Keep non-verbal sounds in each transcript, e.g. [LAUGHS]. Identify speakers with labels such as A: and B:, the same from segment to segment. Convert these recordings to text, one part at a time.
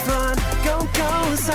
A: 發，九九三。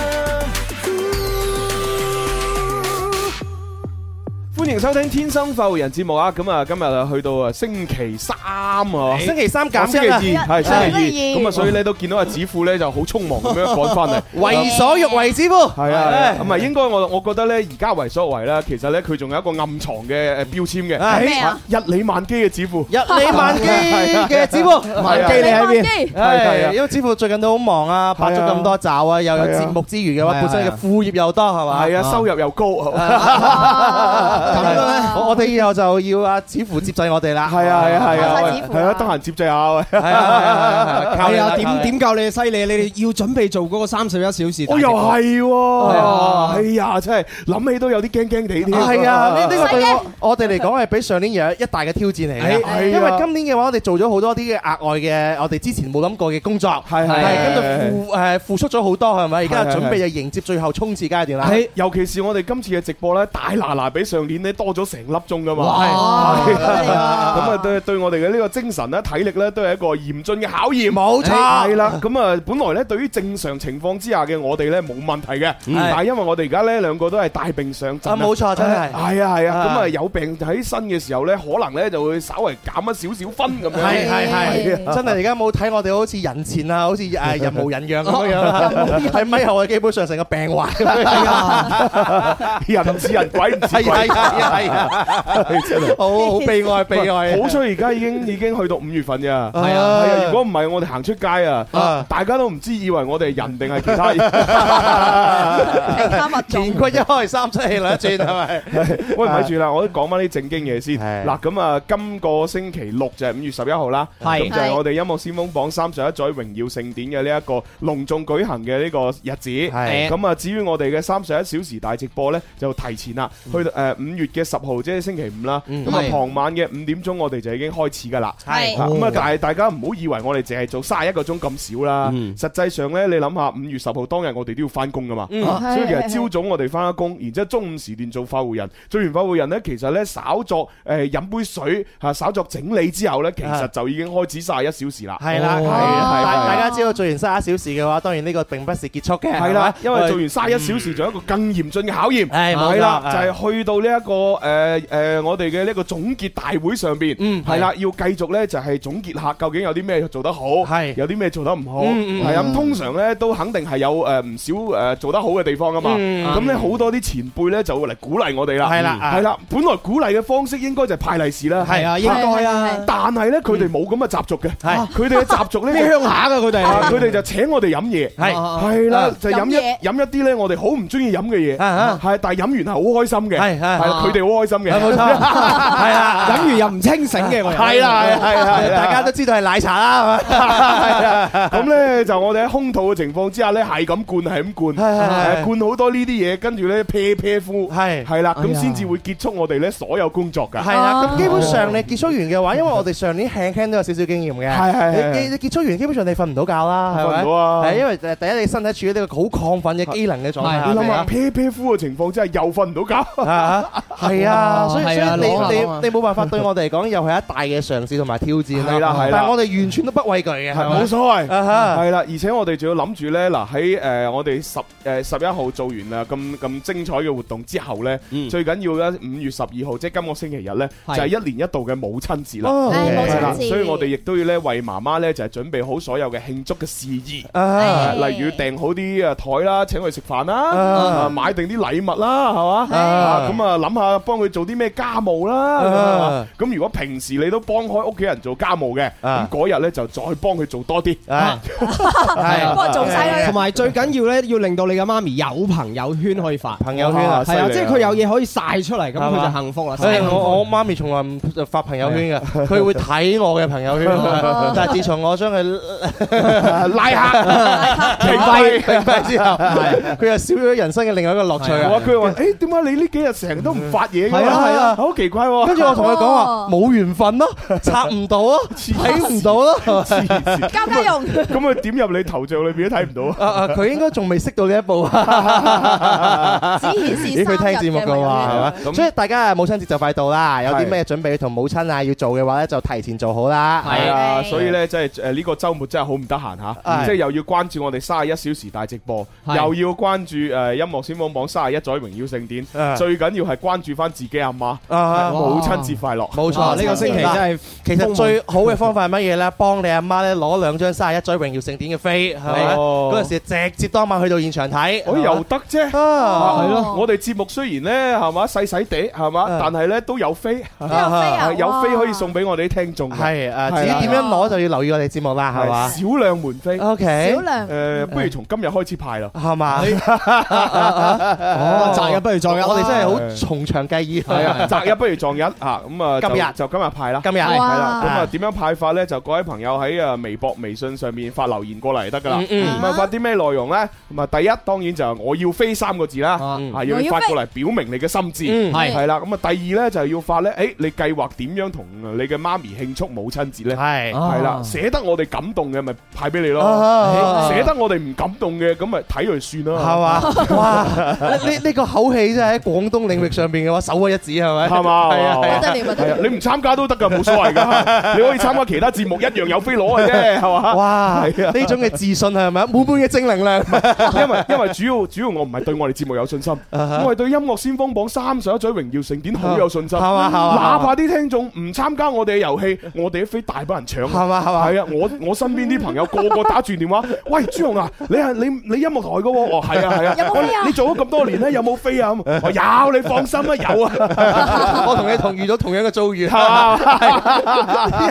B: 歡迎收聽《天生快活人》節目啊！咁啊，今日啊去到啊星期三啊，
C: 哎星期三減
B: 哦星期
C: 一哎
B: 二係星
C: 星，
B: 期二，咁啊，所以咧都見到阿子富咧就好匆忙咁樣趕翻嚟
C: 為所欲為之夫，
B: 係
C: 哎
B: 啊，咁啊，應該我我覺得咧，而家為所為啦，其實咧佢仲有一個暗藏嘅誒標籤嘅，
C: 咩
D: 啊
B: 日理萬機嘅子富，
C: 日理
B: [LAUGHS]
C: 萬機嘅子富，萬機你喺邊？
B: 係啊
C: 係因為子富最近都好忙啊，拍咗咁多集啊，又有節目之餘嘅話，
E: 係啊
C: 本身嘅副業又多係嘛？
B: 係啊，收入又高，
C: 啊
D: [LAUGHS]
B: 哦
C: 咁嘅咧，我我哋以後就要阿子富接濟我哋啦。
B: 係啊係啊係啊
D: 靠晒
B: 喂
D: 子富啊
B: 係啊，得閒接濟下喂，
C: 係啊係啊
B: [LAUGHS]
C: 係啊，靠你
E: 係
C: 啦
E: 啊，
C: 靠你
E: 點點夠你哋犀利？你哋要準備做嗰個三十一小時大直播。
B: 我哦又係喎，
C: 啊
B: 哎呀，真係諗起都有啲驚驚地添，
C: [LAUGHS] 係啊，呢呢個對我我哋嚟講係比上年有一大嘅挑戰嚟
B: 係係啊
C: 嘅，因為今年嘅話，我哋做咗好多啲嘅額外嘅，我哋之前冇諗過嘅工作，
B: 係係
C: 跟
B: 係
C: 住付誒付出咗好多，係咪？而家
B: 係係
C: 準備就迎接最後衝刺階段啦。
B: 係，尤其是我哋今次嘅直播咧，大嗱嗱比上年咧多咗成粒鐘噶嘛，
C: 係
B: 係啊咁啊對對我哋嘅呢個精神咧、體力咧都係一個嚴峻嘅考驗。
C: 冇錯
B: 係啦，咁啊本來咧對於正常情況之下嘅我哋咧冇問題嘅，但係因為我哋而家咧兩個都係大病上陣
C: 嗯啊，
B: 啊
C: 冇錯，真係。
B: 係啊係啊，咁
C: 啊
B: 啊有病喺身嘅時候咧，可能咧就會稍微減一少少分咁樣。
C: 係係
B: 係
C: 係，真係而家冇睇我哋好似人前啊，好似誒人模
B: [LAUGHS]
C: 人樣咁樣啦。喺咪後我哋基本上成個病患咁樣。係啊，
B: 人唔似人，鬼唔似鬼。
C: 係啊，係啊，
B: 真係 [LAUGHS]
C: 好好悲哀，悲哀。
B: 好彩而家已經
C: [LAUGHS]
B: 已經去到五月份咋。
C: 係
B: 係啊！如果唔係我哋行出街啊
C: 啊，
B: 大家都唔知以為我哋係人定係其他
C: [LAUGHS]
B: [LAUGHS] 嘢。
D: 其他物
C: 年
D: 種
C: 均一開三七氣兩轉係咪？
B: 喂，咪住啦，我都講翻啲正經嘢先。
C: 係
B: 嗱，咁啊，今個星期六就係五月十一號啦，
E: 係
B: 咁就係我哋音樂先鋒榜三十一載榮耀盛典嘅呢一個隆重舉行嘅呢個日子。
C: 係
B: 咁啊，至於我哋嘅三十一小時大直播呢，就提前啦，去到呃誒五月嘅十號，即係星期五啦。
C: 嗯
B: 咁啊，
E: 係
B: 傍晚嘅五點鐘，我哋就已經開始㗎啦。
D: 係
B: 啊咁啊
E: 哦，
B: 但係大家唔好以為我哋淨係做三十一個鐘咁少啦。
E: 嗯
B: 實際上呢，你諗下，五月十號當日我哋都要翻工噶嘛。所以其實朝早我哋翻咗工，然之後中午時段做快活人，做完快活人呢，其實呢，稍作誒飲杯水嚇，稍作整理之後呢，其實就已經開始三十一小時啦。
C: 啊係啦，
E: 哦
C: 係
B: 係
C: 啊
B: 係
C: 大大家知道做完三十一小時嘅話，當然呢個並不是結束嘅，
B: 係啦，因
C: 係
B: 為
C: 咪嗯
B: 做完三十一小時，仲有一個更嚴峻嘅考驗。
C: 係冇錯
B: 係啦，就
C: 係
B: 係去到呢一個誒誒，我哋嘅呢一個總結大會上邊，
C: 嗯
B: 係啦，要繼續咧就係總結下究竟有啲咩做得好，
C: 係
B: 有啲咩做得唔好，
C: 嗯嗯
B: 係啊。咁通常咧都肯定係有誒唔少誒呃做得好嘅地方噶嘛。
C: 嗯
B: 咁咧好多啲前輩咧就會嚟鼓勵我哋啦。嗯
C: 係啦
B: 係啦，本來鼓勵嘅方式應該就係派利是啦。
C: 係啊，應
D: 係
C: 該
D: 係
C: 啊，
B: 但係咧佢哋冇咁嘅習俗嘅，
C: 係
B: 佢哋嘅習
C: [LAUGHS]
B: 俗
E: 咩
B: 咧就
E: 鄉下㗎佢哋？
B: 啊佢哋就請我哋飲嘢。
C: 係
B: 係啦
C: 啊，
B: 就飲一
D: 飲嘢
B: 飲一啲咧，我哋好唔中意飲嘅嘢，
C: 啊啊
B: 係，但係飲完係好開心嘅，
C: 係係
B: 係啦佢哋好開心嘅，
C: 係冇錯，係啊，
E: 飲完又唔清醒嘅我又。
B: [LAUGHS] 係啦，係啊係係，
C: 大家都知道啊係奶茶啦，係咪？
B: 係啊咁咧就我哋喺空肚嘅情況之下咧，係咁灌，係咁灌，
C: 係係係
B: 係灌好多呢啲嘢，跟住咧啤啤呼，
C: 係
B: 係啦，
E: 哎
B: 咁
E: 呀
B: 先至會結束我哋咧所有工作㗎。
C: 係啦， [LAUGHS] 咁基本上你結束完嘅話，因為我哋上年輕輕都有少少經驗嘅，
B: 係係係
C: 你你你結束完，基本上你瞓唔到覺啦，係咪
B: 瞓唔到啊
C: 係因為誒第一你身體處於呢個好亢奮嘅機能嘅狀態下，
E: 係
B: 你諗下
C: 啊
B: 啤啤呼嘅情況之下，又瞓唔到覺。
C: [LAUGHS] 啊，係啊，所以所以
E: 係啊
C: 你
E: 攞下
C: 你
E: 攞下
C: 你冇辦法對我哋嚟講，又係一大嘅嘗試同埋挑戰啦。
B: 係啦係啦
C: 但係我哋完全都不畏懼嘅，
B: 係
C: 係
B: 冇
C: 咪？
B: 所謂，
C: 啊哈
B: 係啦，而且我哋仲要諗住呢，嗱喺誒我哋十誒十一號做完啦咁咁精彩嘅活動之後呢，最緊要呢，五月十二號即係今個星期日呢，就
E: 係
B: 係一年一度嘅母親節啦。
C: 哦
D: 唉冇
B: 係啦，
D: 錯
B: 所以我哋亦都要呢，為媽媽呢，就係準備好所有嘅慶祝嘅事宜。
C: 啊
D: 係
B: 例如訂好啲誒台啦，請佢食飯啦，
C: 啊
B: 啊買定啲禮物啦，係嘛？
C: 啊
B: 啊咁啊諗下幫佢做啲咩家務啦。咁啊咁如果平時你都幫開屋企人做家務嘅，咁
C: 啊
B: 嗰日咧就再幫佢做多啲。
C: [LAUGHS] 唉，
E: 係
D: 幫我做晒佢
E: 同埋最緊要咧，要令到你嘅媽咪有朋友圈可以發，
C: 朋友圈啊
B: 哇
E: 係啊，
B: 犀利
E: 即係佢有嘢可以晒出嚟，咁
C: 係嘛
E: 佢就幸福啦。
C: 所以
E: 晒幸福
C: 我我媽咪從來唔發朋友圈嘅，佢會睇我嘅朋友圈。但係自從我將佢
B: 啊拉黑，
C: 屏
B: 屏 [LAUGHS] 蔽。
C: 蔽屏蔽之後，佢又少咗人生嘅另外一個樂趣
B: 我
C: 啊！
B: 佢話：，誒點解你呢幾日成日都唔發嘢嘅？
C: 係啊係啊
B: [LAUGHS] 好奇怪喎！
C: 跟住我同佢講話
D: 哦
C: 冇緣分咯，拆唔到咯，睇唔到
B: [LAUGHS]
C: 咯。
B: 黐線
D: 交家用。
B: 咁佢點入你頭像裏邊都睇唔
C: [LAUGHS]
B: 到啊！
C: 啊啊！佢應該仲未識到呢一步啊！
D: 只顯示
C: 咦佢
D: 三日
C: 聽節目
D: 嘅
C: 嘅
D: 朋友
C: 嘛，係
B: 咁
C: 嘛？所以大家啊母親節就快到啦，有
B: 係
C: 啲咩準備同母親啊要做嘅話咧，就提前做好啦。
B: 係啊，
D: 係
B: 所以咧，即係誒呢個週末真係好唔得閒嚇，
C: 係
B: 即係又要關注我哋三十一小時大直播，又
E: 係
B: 要關注誒音樂先鋒榜三十一載榮耀盛典，
C: 啊
B: 最緊要係關注翻自己阿媽，
E: 哇
C: 啊
B: 母親節快樂！
C: 冇
E: 哇
C: 錯，
E: 呢個星期真
C: 嗱
E: 係
C: 其實最好嘅方法係乜嘢咧？幫你阿媽咧攞兩張三十一載榮耀盛典嘅飛，係哎咪？
B: 哦
C: 嗰陣時直接當晚去到現場睇，
B: 我哎又得啫。
C: 啊，
B: 係咯，我哋節目雖然咧係嘛細細地係嘛，
C: 啊
B: 但係咧都有飛，
D: 都有飛啊！
B: 有飛可以送
D: 哇
B: 俾我哋啲聽眾嘅，
C: 係啊，至
B: 係啊
C: 於點樣攞就要留意我哋節目啦，係嘛哦嗯
B: 少量門飛。
C: ？OK，
D: 少量。
B: 誒，不如從今日開始派啦。
C: 係嘛？
E: 哦，擇日不如撞日啦，
C: 我哋真係好從長計議，
B: 係啊，擇日不如撞日啊！咁啊，就
C: 今日
B: 就今日派啦。
C: 今日
D: 哇
B: 係啦，咁啊
C: 啊
B: 點樣派法呢？就各位朋友喺啊微博、微信上面發留言過嚟得噶啦。
C: 嗯嗯
B: 咁啊
D: 啊
B: 發啲咩內容呢？咁啊第一當然就係我要飛三個字啦，
E: 啊
B: 啊要你發過嚟表明你嘅心志。
C: 嗯
E: 係
B: 係啦，咁啊第二呢，就係要發呢，誒你計劃點樣同你嘅媽咪慶祝母親節呢？
C: 係
E: 啊
B: 係啦，寫得我哋感動嘅咪派俾你咯，
C: 啊
B: 寫得我哋唔感動嘅咁咪睇佢算
C: 係啊
B: 啦，
C: 嘛？哇！呢呢個口氣真係喺廣東領域上邊嘅話，首屈一指係咪？
B: 係嘛？
C: 係
B: 係
C: 啊
B: 嘛
C: 係
D: 不
C: 啊
D: 得了，不得
B: 係啊，
D: 了！
B: 你唔參加都得噶，冇所謂
C: [LAUGHS]
B: 噶，你可以參加其他節目一樣有飛攞嘅啫，係嘛？
C: 哇！
B: 係啊
C: 呢種嘅自信係咪滿滿嘅正能量？
B: 因為因 [LAUGHS] 為主要主要我唔係對我哋節目有信心，
C: 啊
B: 我係對音樂先鋒榜三十一載榮耀盛典好有信心。
C: 係嘛係嘛
B: 哪怕啲聽眾唔參加我哋嘅遊
C: [LAUGHS]
B: 戲，我哋啲飛大把人搶。
C: 係嘛係嘛
B: 係啊，我我身邊啲朋友個個打住電話，喂朱紅啊，你係你你音樂台噶喎？哦係
C: [LAUGHS]
B: 啊係啊，
D: 有冇飛啊
B: 喂你做咗咁多年咧，有冇飛啊？咁我有，你放心啦，有
C: [LAUGHS]
B: 啊。 [LAUGHS]
C: 我同你同遇到同樣嘅遭遇，
B: 嘛
C: 係啲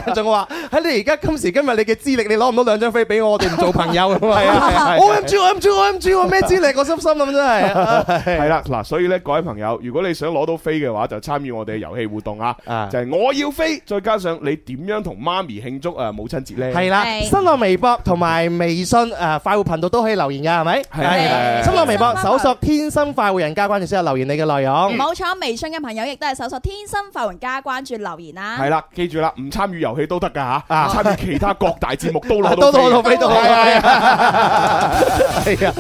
C: 人仲話：喺你而家今時今日你嘅資歷，你攞唔到兩張飛俾我，我哋唔做朋友咁啊！係啊！O M G O M G O M G，我咩資歷？我心心諗真係。
B: 係啦，嗱，所以咧，各位朋友，如果你想攞到飛嘅話，就參與我哋嘅遊戲互動啊
C: 啊，
B: 就係我要飛，再加上你點樣同媽咪慶祝誒母親節咧？
C: 係啦，
D: 係
C: 新浪微博同埋微信誒快活頻道都可以留言㗎，係啊咪？
B: 係係
C: 新浪微博嗯搜索「天生快活人」加關注之後留言你嘅內容。
D: 冇錯，微信嘅朋友亦都係搜索天生快活人加關注留言啦。
B: 係啦，記住啦，唔參與遊戲都得㗎吓，
C: 啊
B: 參與其他各大節目都攞
C: 都
B: 到飛
C: 到
B: 嘅。
C: 到飛到，
B: 係啊係啊
C: 係啊，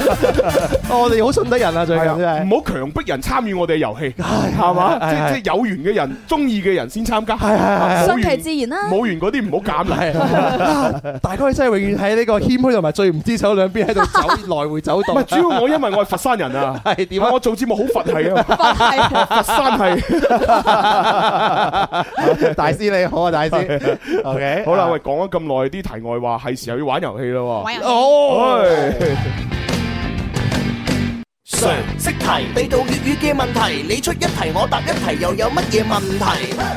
C: 我哋好信得人啊，最
B: 係
C: 近真
B: 啊，
C: 係。
B: 唔好強迫人參與我哋嘅遊戲，係嘛？
C: 係係
B: 即即有緣嘅人、中意嘅人先參加，冇
D: 順
B: 緣
D: 其自然啦。
B: 啊冇緣嗰啲唔好減嚟。
C: 啊大哥你真係永遠喺呢個謙虛同埋最唔知醜兩邊喺度走來回走
B: 唔
C: 動
B: 係，主要我因為我係佛山人
C: [LAUGHS]
B: 啊，
C: 係點啊
B: 我做節目好佛系啊，
D: 係
B: 佛山
C: [LAUGHS]
B: 係。
C: 大師你好啊，大 [LAUGHS] 師。OK，啊
B: 好啦，喂，講咗咁耐啲題外話，係時候要玩遊戲啦喎。 [LAUGHS] 哎
D: 喂
C: 哦，
B: 唉
F: 常識題，地道粵語嘅問題，你出一題我答一題，又有乜嘢問題？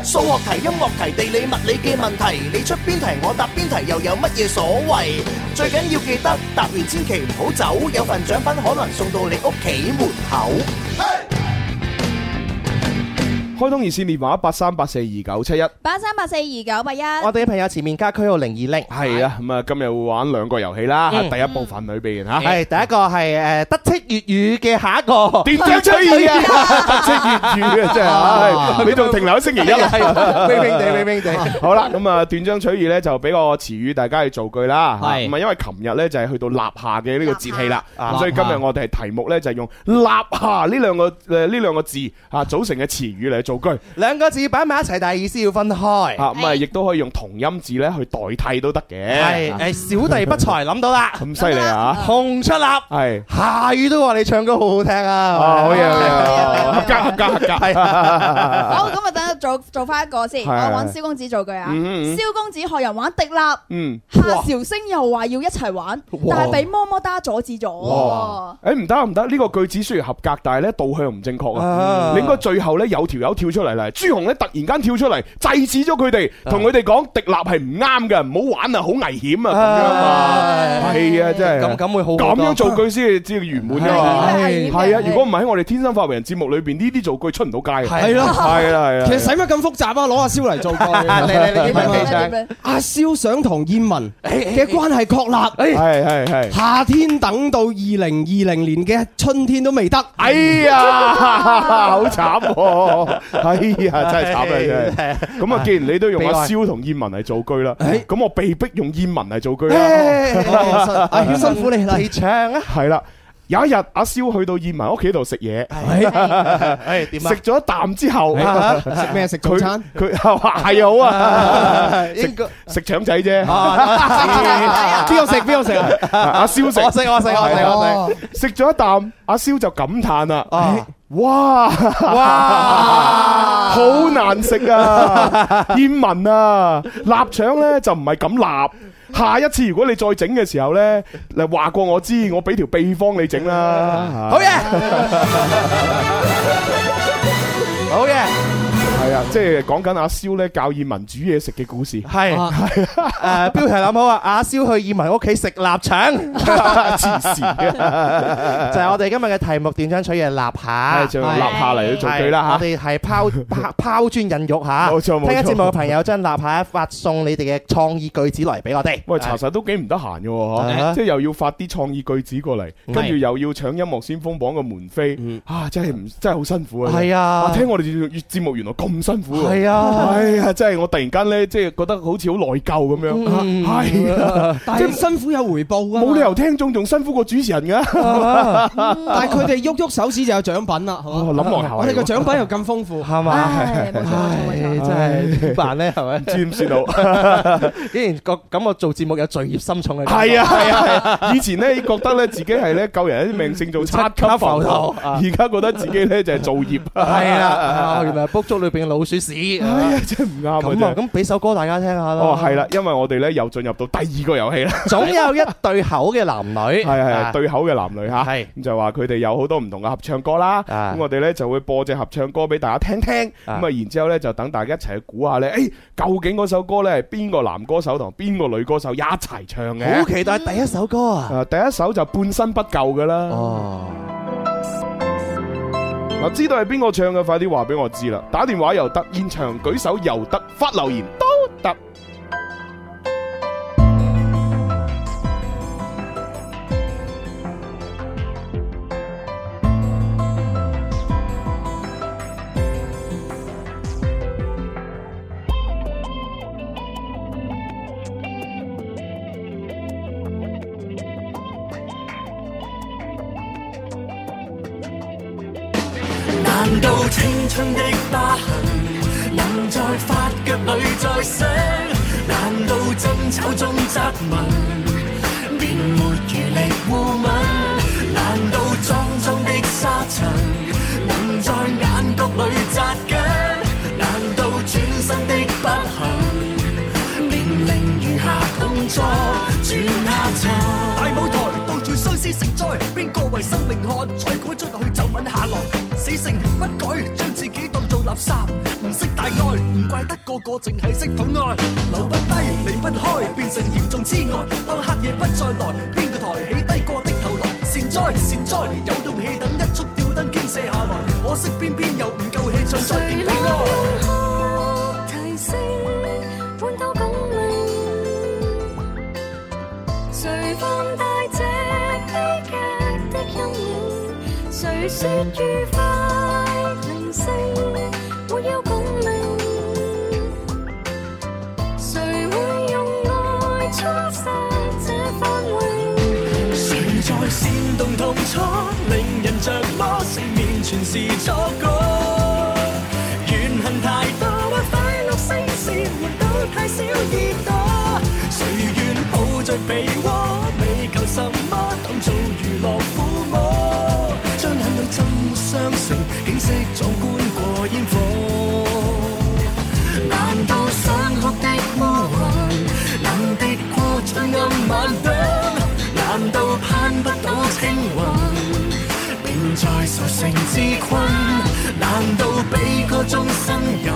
F: 數學題、音樂題、地理、物理嘅問題，你出邊題我答邊題，又有乜嘢所謂？最緊要記得答完千祈唔好走，有份獎品可能送到你屋企門口。
B: 開通熱線電話八三八四二九七一，
D: 八三八四二九八一，
C: 我哋嘅朋友前面加區號零二零。
B: 係啊，咁啊，今日會玩兩個遊戲啦，
C: 嗯
B: 第一部分裏邊嚇。
C: 係第一個係誒德式粵語嘅下一個， [LAUGHS]
B: 點樣吹嘢 [LAUGHS] 啊？得識粵語啊，真係唉！你仲停留喺星期一啦。
C: [LAUGHS] 係冰冰地，冰冰地。
B: [LAUGHS] 好啦，咁啊，斷章取義咧就俾個詞語大家去造句啦。
E: 係
B: 咁啊，因為琴日咧就係去到立夏嘅呢個節氣啦，啊
E: 夏
B: 所以今日我哋係題目咧就係用立夏呢兩個誒呢兩個字啊組成嘅詞語嚟去造句
C: 兩個字擺埋一齊，但係意思要分開。
B: 啊，咁啊
D: 係
B: 亦都可以用同音字咧去代替都得嘅。
C: 係
B: 啊
C: 誒，小弟不才諗到啦，
B: 咁犀利啊！
C: 紅出立，
B: 係哦
C: 下雨都話 [LAUGHS] 你唱歌好好聽啊。
B: 啊，好嘢好嘢，
D: 好嘢
B: 合格合格合格。
C: 係啊
D: 好咁啊，等做做翻一個先，
B: 係
D: 我
B: 係
D: 揾蕭公子做句啊。
B: 嗯嗯嗯
D: 蕭公子學人玩迪立，夏
B: 嗯，
D: 韶聲又話要一齊玩，
B: 哇
D: 但係俾麼麼哒阻止咗。
B: 誒唔得唔得，呢個句子雖然合格，但係咧導向唔正確啊！
C: 啊
B: 你應該最後咧有條友跳出嚟啦，朱紅咧突然間跳出嚟制止咗佢哋，同佢哋講迪立係唔啱嘅，唔好玩啊，好危險啊咁樣啊！係啊，真係
C: 咁咁會好好
B: 咁
C: 多
B: 樣做句先至圓滿
D: 係
B: 啊嘛！
D: 啊
G: 係
B: 係啊，如果唔係喺我哋天生發明人節目裏邊，呢啲造句出唔到街嘅。
G: 係咯
B: 係啦，係啦。
G: 其實使乜咁複雜啊？攞阿蕭嚟做過。
C: 嚟，嚟，嚟，你
D: 點
C: 問地
D: 咧點
C: 產。
D: 咧
G: 阿蕭想同燕文嘅關係確立，
B: 係係係。
G: 夏天等到二零二零年嘅春天都未得。
B: 哎呀，好慘喎！哎呀，真係慘啊，真係。咁啊，既然你都用阿蕭同燕文嚟造句啦，咁我被逼用燕文嚟造句啦。
G: 唉辛苦你啦。
C: 地產啊，
B: 係啦，有一日阿蕭去到燕文屋企度食嘢， [LAUGHS]
C: 誒點啊
B: 食？咗一啖之後，
G: 食咩食早
B: 佢
G: 餐？
B: 佢 [LAUGHS] 係啊，好啊，
C: 應該
B: 食腸仔啫。 [LAUGHS]
G: 邊個食邊個食啊？
B: 阿蕭
C: 我
B: 食
C: 食我食我食我食，
B: 啊食咗一啖，阿蕭就感嘆啦
C: 哦啊：，
B: 哇！[LAUGHS]
C: 哇！
B: 好難食啊！燕文啊，臘腸呢就唔係咁臘。下一次如果你再整嘅時候呢，你話過我知，我俾條秘方你整啦。
C: 好，嘢，好嘢，。
B: 係啊，即係講緊阿蕭呢教燕文煮嘢食嘅故事
C: [LAUGHS] 係誒標題諗好啊！阿蕭去燕文屋企食臘腸，
B: 黐線
C: 啊就係我哋今日嘅題目，斷章取義係立下
B: 係，就立下嚟去做句啦
C: 係我
B: 嚇。
C: 哋係拋拋拋磚引玉嚇，
B: 冇錯冇錯
C: 聽緊節目嘅朋友將立下發送你哋嘅創意句子嚟俾我哋。
B: 喂，查實都幾唔得閒嘅喎，嚇
C: 啊嗯
B: 即係又要發啲創意句子過嚟，跟住又要搶音樂先鋒榜嘅門飛，啊，真係唔真係好辛苦啊！
C: 係啊
B: 哇，聽我哋節節節目原來咁辛苦喎
C: 係啊，
B: 哎呀，真係我突然間咧，即係覺得好似好內疚咁樣。
C: 嗯
B: 係啊，
G: 但係辛苦有回報啊！
B: 冇理由聽眾仲辛苦過主持人噶。
C: 哦
G: 但係佢哋喐喐手指就有獎品啦，係
B: 哦
G: 嘛
B: 諗落後
G: 我哋個獎品又咁豐富，
C: 係嘛？
D: 唉冇錯冇錯
C: 唉
D: 冇錯
C: 真係點辦咧？係咪？
B: 知唔知
C: [LAUGHS]
B: 道？
C: 竟然覺感覺做節目有罪孽深重嘅感
B: 係
C: 覺
B: 啊，係啊，係啊！以前咧覺得咧自己係咧救人一命勝造七級浮屠，而家覺得自己咧就係造業。
C: 啊係
B: à.
C: [LAUGHS] 啦，啊原來 book 足裏邊老鼠屎。
B: 哎
C: 啊
B: 呀，真係唔啱啊！
C: 咁啊，
B: 真係。
C: 咁俾首歌大家聽下咯。
B: 哦，係
C: [LAUGHS]
B: 啦，，因為我哋咧又進入到第二個遊戲啦，
C: 總有一對口嘅男女，
B: 係係係
C: 啊
B: 對口嘅男女吓，
C: 係
B: 咁就話佢哋有好多唔同嘅合唱歌啦，
C: 啊
B: 咁我哋咧就會播隻合唱歌俾大家聽聽，咁
C: 啊
B: 啊然之後咧就等大家一齊去估下咧，誒究竟嗰首歌咧係邊個男歌手同邊個女歌手一齊唱
C: 好
B: 嘅？
C: 期待第一首歌啊！
B: 誒第一首就半身不夠噶啦，
C: 哦，
B: 嗱知道係邊個唱嘅，快啲話俾我知啦！打電話又得，現場舉手又得，發留言都得。
H: 難道青春的疤痕能在發腳裏再醒？難道爭吵中責問便沒餘力互吻？難道髒髒的沙塵能在眼角裏扎緊？難道轉身的不幸？年齡餘下動作，轉下層。
E: 大舞台到處衰屍成災，邊個為生命看？菜館追落去就吻下來，死性不改，將自己當做垃圾，唔識大愛，唔怪得個個淨係識討愛，留不低，離不開，變成嚴重痴呆。當黑夜不再來，邊個抬起低過的頭來？善哉善哉，有勇氣等一觸吊燈傾瀉下來，可惜偏偏又唔夠氣唱出
I: 誰
E: 點悲
I: 來
E: 哀。
I: 喝提升，半斗拱命？誰放大這悲劇的陰影？誰說愉快能勝？沒有共鳴，誰會用愛充實這繁榮？
H: 誰在煽動痛楚，令人着魔，四面全是錯覺。怨恨太多，快樂聲線換到太少耳朵。誰願抱着被窩，未求什麼，當做娛樂撫摸，將眼淚浸沒傷城，景色壯觀過煙火。
A: 在愁城之困，難道俾個終身任？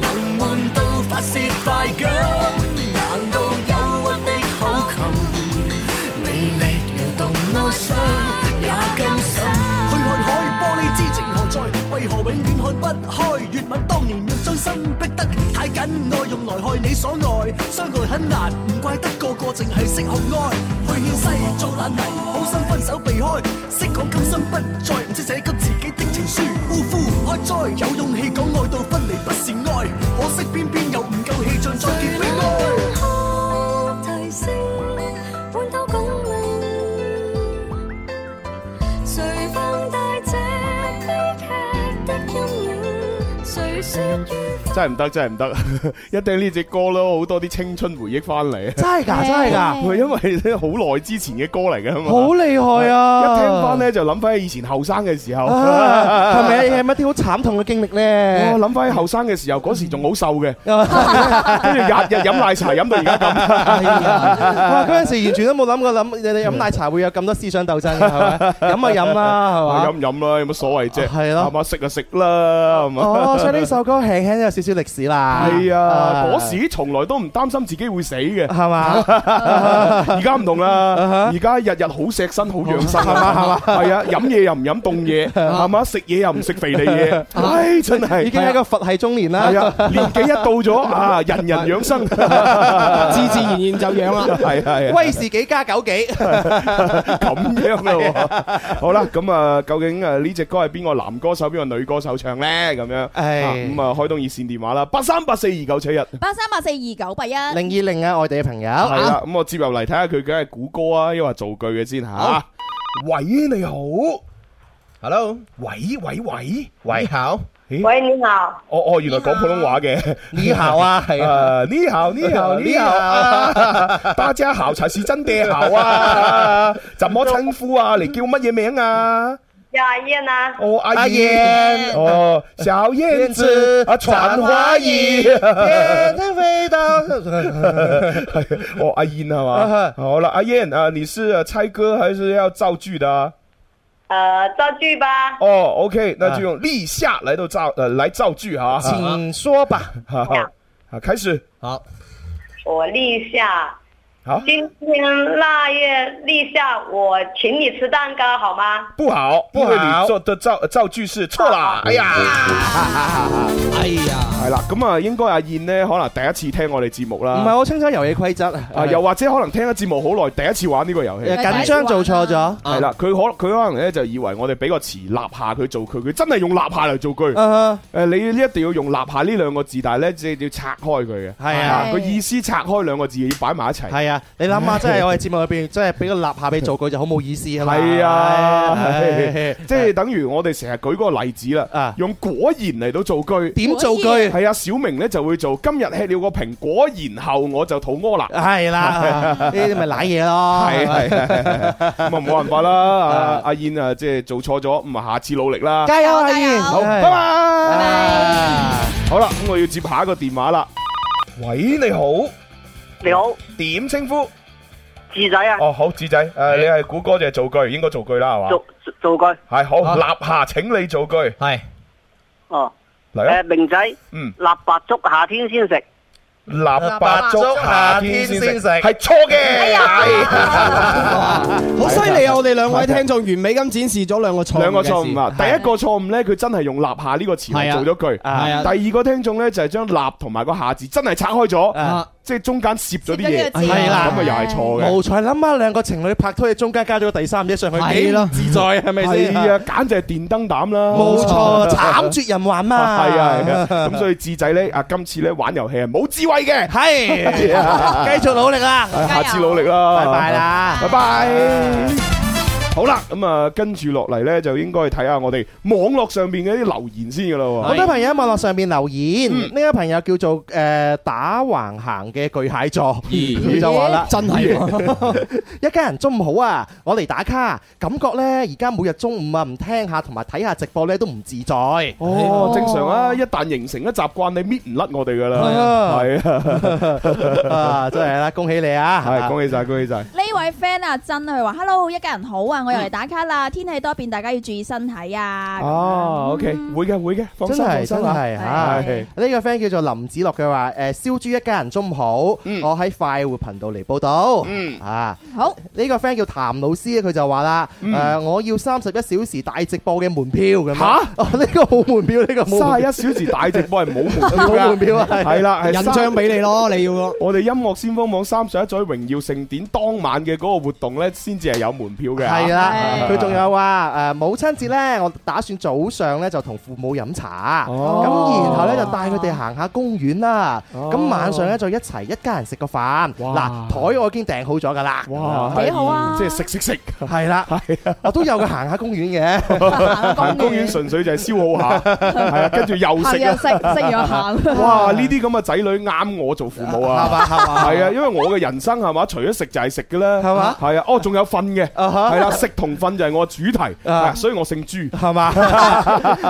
A: 能換到發泄快感？難道憂鬱的口琴，魅力搖動我想也甘心？
F: 去看海，玻璃之情何在？為何永遠看不開？粵文當年要將身逼得太緊，愛用來害你所愛，相愛很難，唔怪得個個淨係識學愛。去獻西做爛泥，好心分手避開，識講今生不再，唔識寫給自己的情書。嗚呼開災，有勇氣講愛到分離不是愛，可惜偏偏又唔夠氣象再結
I: 誰
F: 比
I: 能
F: 愛。
I: 看提升，半斗拱明？誰放大這悲劇的陰影？誰說於
B: 真係唔得， [LAUGHS] 真係唔得！一聽呢只歌咯，好多啲青春回憶翻嚟。
C: 真係㗎，真係㗎，
B: 係 [LAUGHS] 因為咧好耐之前嘅歌嚟㗎嘛。
C: 好厲害啊！
B: 一聽翻咧就諗翻起以前後生嘅時候。 [LAUGHS]
C: 啊，係咪係咪一啲好慘痛嘅經歷咧
B: 我？諗翻起後生嘅時候，嗰時仲好瘦
C: [LAUGHS]
B: 嘅，
C: Ờ.
B: 跟住日日飲奶茶飲到而家咁。
C: 哇！嗰陣時完全都冇諗過諗，你哋飲奶茶會有咁多思想鬥爭嘅，係咪？飲咪飲啦，係
B: 飲
C: 嘛？
B: 唔飲啦，有乜所謂啫？
C: 係咯
B: 係嘛，食就食啦，係嘛。
C: 哦，所以呢首歌輕輕都有少少歷史啦。
B: 係啊，
C: Ờ.
B: 嗰時從來都唔擔心自己會死嘅，
C: [LAUGHS] 係嘛？
B: 而家唔同啦，而家日日好錫身，好養生，係嘛係嘛，
C: [LAUGHS]
B: 係啊，飲嘢又唔飲凍嘢，係嘛，食嘢又唔食肥膩嘢，唉，真係
C: 已經係一個佛系中年啦
B: 係。啊，年紀一到咗啊，人人養
C: [LAUGHS]
B: 生，
E: 自自然然就養啦。
B: [LAUGHS] 係係
C: 威士忌加 [LAUGHS] 九幾，
B: 咁樣咯。好啦，咁啊，究竟誒呢只歌係邊個男歌手、邊個女歌手唱咧？咁樣，啊
C: 唉
B: 咁啊，開通熱線電話啦，八三八四二九七一。
D: 八三八四二九八一，
C: 零二零啊，外地嘅朋友
B: 系啦，咁我接入嚟睇下佢梗係估歌啊，抑或造句嘅先吓。喂，你好，
J: Hello，
B: 喂喂喂，
J: 喂，好，
K: 喂，你好，
B: 哦哦，原來講普通話嘅。
C: 你好
B: [LAUGHS]
C: 啊，係啊，
B: 啊，你好，你
C: [LAUGHS]
B: 好，你好啊！ [LAUGHS] 大家好才是真嘅好
C: [LAUGHS]
B: 啊！怎麼稱呼啊？你叫乜嘢名啊？
K: 叫阿燕呐、啊。
B: 哦，阿
C: 阿
B: 燕
C: 燕，
B: 哦，小燕子，啊，傳花
C: [LAUGHS]
B: 兒，
C: 天天
B: [LAUGHS]
C: 飛到，
B: 係哦，阿燕係
C: 啊
B: 嘛？好啦，阿燕啊，你是呃猜歌還是要造句的啊？
K: 呃，造句吧。
B: 哦，OK，那就用立夏來到造，呃，來造句哈。
C: 請說吧。
B: 好好，好，開始，
J: 好，
K: 我立夏，
B: 好，
K: 今天腊月立夏，我请你吃蛋糕好吗？
B: 不好，
C: 不好
B: 因為你做的造造句是錯啦。哎 [LAUGHS] 呀，
E: 哎呀，
B: 係啦，咁啊，應該阿燕呢，可能第一次聽我哋節目
C: 唔
B: 啦。
C: 係我清楚遊戲規則
B: 啊，又或者可能聽咗節目好耐，第一次玩呢個遊戲
C: 誒。啊緊張做錯咗。
B: 係啦，佢可佢可能咧就以為我哋俾個詞立下佢做句，佢真係用立下嚟做句。誒、
C: 啊，
B: 你一定要用立下呢兩個字，但係咧即係要拆開佢嘅。
C: 係
B: 啊
C: 啊，
B: 個意思拆開兩個字要擺埋一齊。
C: 係啊，你
B: [LAUGHS]
C: 諗下，真係我哋節目裏邊，真係俾個立下俾做句就好冇意思啊嘛。
B: 係啊，
C: 唉
B: 即係等於我哋成日舉嗰個例子啦
C: 啊，
B: 用果然嚟到造句。
C: 點造句？
B: [LAUGHS] 係啊，小明咧就會做今日吃了個蘋果，然後我就肚屙啦。[LAUGHS]
C: 係啦，呢啲咪賴嘢咯。
B: 係係係係係 [LAUGHS] 咁 [LAUGHS] 啊冇辦法啦，阿阿燕啊，即係做錯咗，咁啊下次努力啦。
C: 加油啊，燕！
B: 好，拜拜。好啦，咁我要接下一個電話啦。喂，你好，
K: 你好，
B: 點稱呼？
K: 智仔啊，
B: 哦，好，子仔，誒，你係估歌就係造句，應該造句啦，係嘛？
K: 做做句。
B: 係好，
J: 好
B: 立下請你造句，
J: 係，
K: 哦，
B: 嚟
K: 诶、
B: 啊！
K: 明仔，
B: 嗯，
K: 腊八粥夏天先食。
B: 立白粥夏天先食，係錯嘅。
E: 好犀利啊！我哋兩位聽眾完美咁展示咗兩個錯誤
B: 兩個
E: 嘅事
B: 錯誤啊！第一個錯誤咧，佢真係用立下呢個
E: 係
B: 詞嚟
E: 啊
B: 做咗句。
E: 係啊
B: 第二個聽眾咧就係將立同埋個下字真係拆開咗，
E: 啊，
B: 即係中間攝咗啲
D: 攝咗
B: 嘢
D: 呢，個字
C: 係啦
B: 咁啊又係錯嘅。
C: 無才諗下，兩個情侶拍拖，你中間加咗個第三者上去，
E: 係咯
C: 幾唔自在係咪先？
B: 係啊，簡直係電燈膽啦！
C: 冇
B: [LAUGHS]
C: 錯，慘絕人寰嘛。
B: 係啊，係啊，咁所以智仔咧，啊今次咧玩遊戲係冇智慧嘅，
C: 係，繼續努力啦，
B: 啊下次
D: 加油
B: 努力啦，
C: 拜拜，啦。
B: 拜拜。好啦，咁啊，跟住落嚟咧，就應該睇下我哋網絡上邊嘅啲留言先噶啦
C: 好
B: 喎。
C: 多朋友喺網絡上面留言，
B: 嗯
C: 呢位朋友叫做誒打橫行嘅巨蟹座，佢就話啦。
E: 真係喎
C: 一家人中午好啊！我嚟打卡，感覺呢，而家每日中午啊，唔聽下同埋睇下直播呢，都唔自在。
B: 哦，正常啊！一旦形成咗習慣，你搣唔甩我哋噶啦，
C: 係
B: 係啊，
C: [LAUGHS] 啊，真係啦，恭喜你啊！
B: 係恭喜晒，恭喜晒！
D: 呢位 friend 阿珍佢話：Hello，一家人好啊！我我又嚟打卡啦，天氣多變，大家要注意身體啊。
B: 嗯哦，OK，會 À, 嘅會嘅，放
C: 真
B: 心
C: 係
B: 放
C: 真
B: 心啊
C: 係嚇！呢個 friend 叫做林子樂，佢話誒燒豬一家人中午好，我喺快活頻道嚟報道。嗯啊，
B: [LAUGHS]
D: 好
C: 呢個 friend 叫譚老師，佢就話啦誒，我要三十一小時大直播嘅門票咁樣。
B: 嚇
C: 哦呢個冇門票，呢個冇
B: 三
C: 門
B: 十
C: 票
B: 一小時大直播係冇門票㗎
C: 冇門票啊係
B: 係啦，係
C: 印
B: 三
C: 章俾你咯你要
B: 我哋音樂先鋒網三十一載榮耀盛典當晚嘅嗰個活動咧，先至係有門票嘅。
C: 係啦，佢仲有話誒呃母親節呢，我打算早上呢就同父母飲茶，咁
B: 哦
C: 然後呢就帶佢哋行下公園啦，咁晚上呢就一齊一家人食個飯。嗱，台我已經訂好咗㗎啦，
B: 哇啊幾好啊即係食食食，[LAUGHS]
C: 係啦，我都有嘅行下公園嘅，
D: 啊
B: 行公園純粹就係消耗下，係啊，跟住又食啊，
C: 係啊食食完又行
B: 哇！呢啲咁嘅仔女啱我做父母啊，
C: 係嘛係嘛
B: 係啊，因為我嘅人生係嘛，除咗食就係食嘅啦，係
C: 嘛，
B: 係啊，哦，仲有瞓嘅，
C: 哈
B: 係啦，食同瞓就係我嘅主題，啊所以我姓朱，
C: Uh-huh
B: [LAUGHS]
C: 係嘛？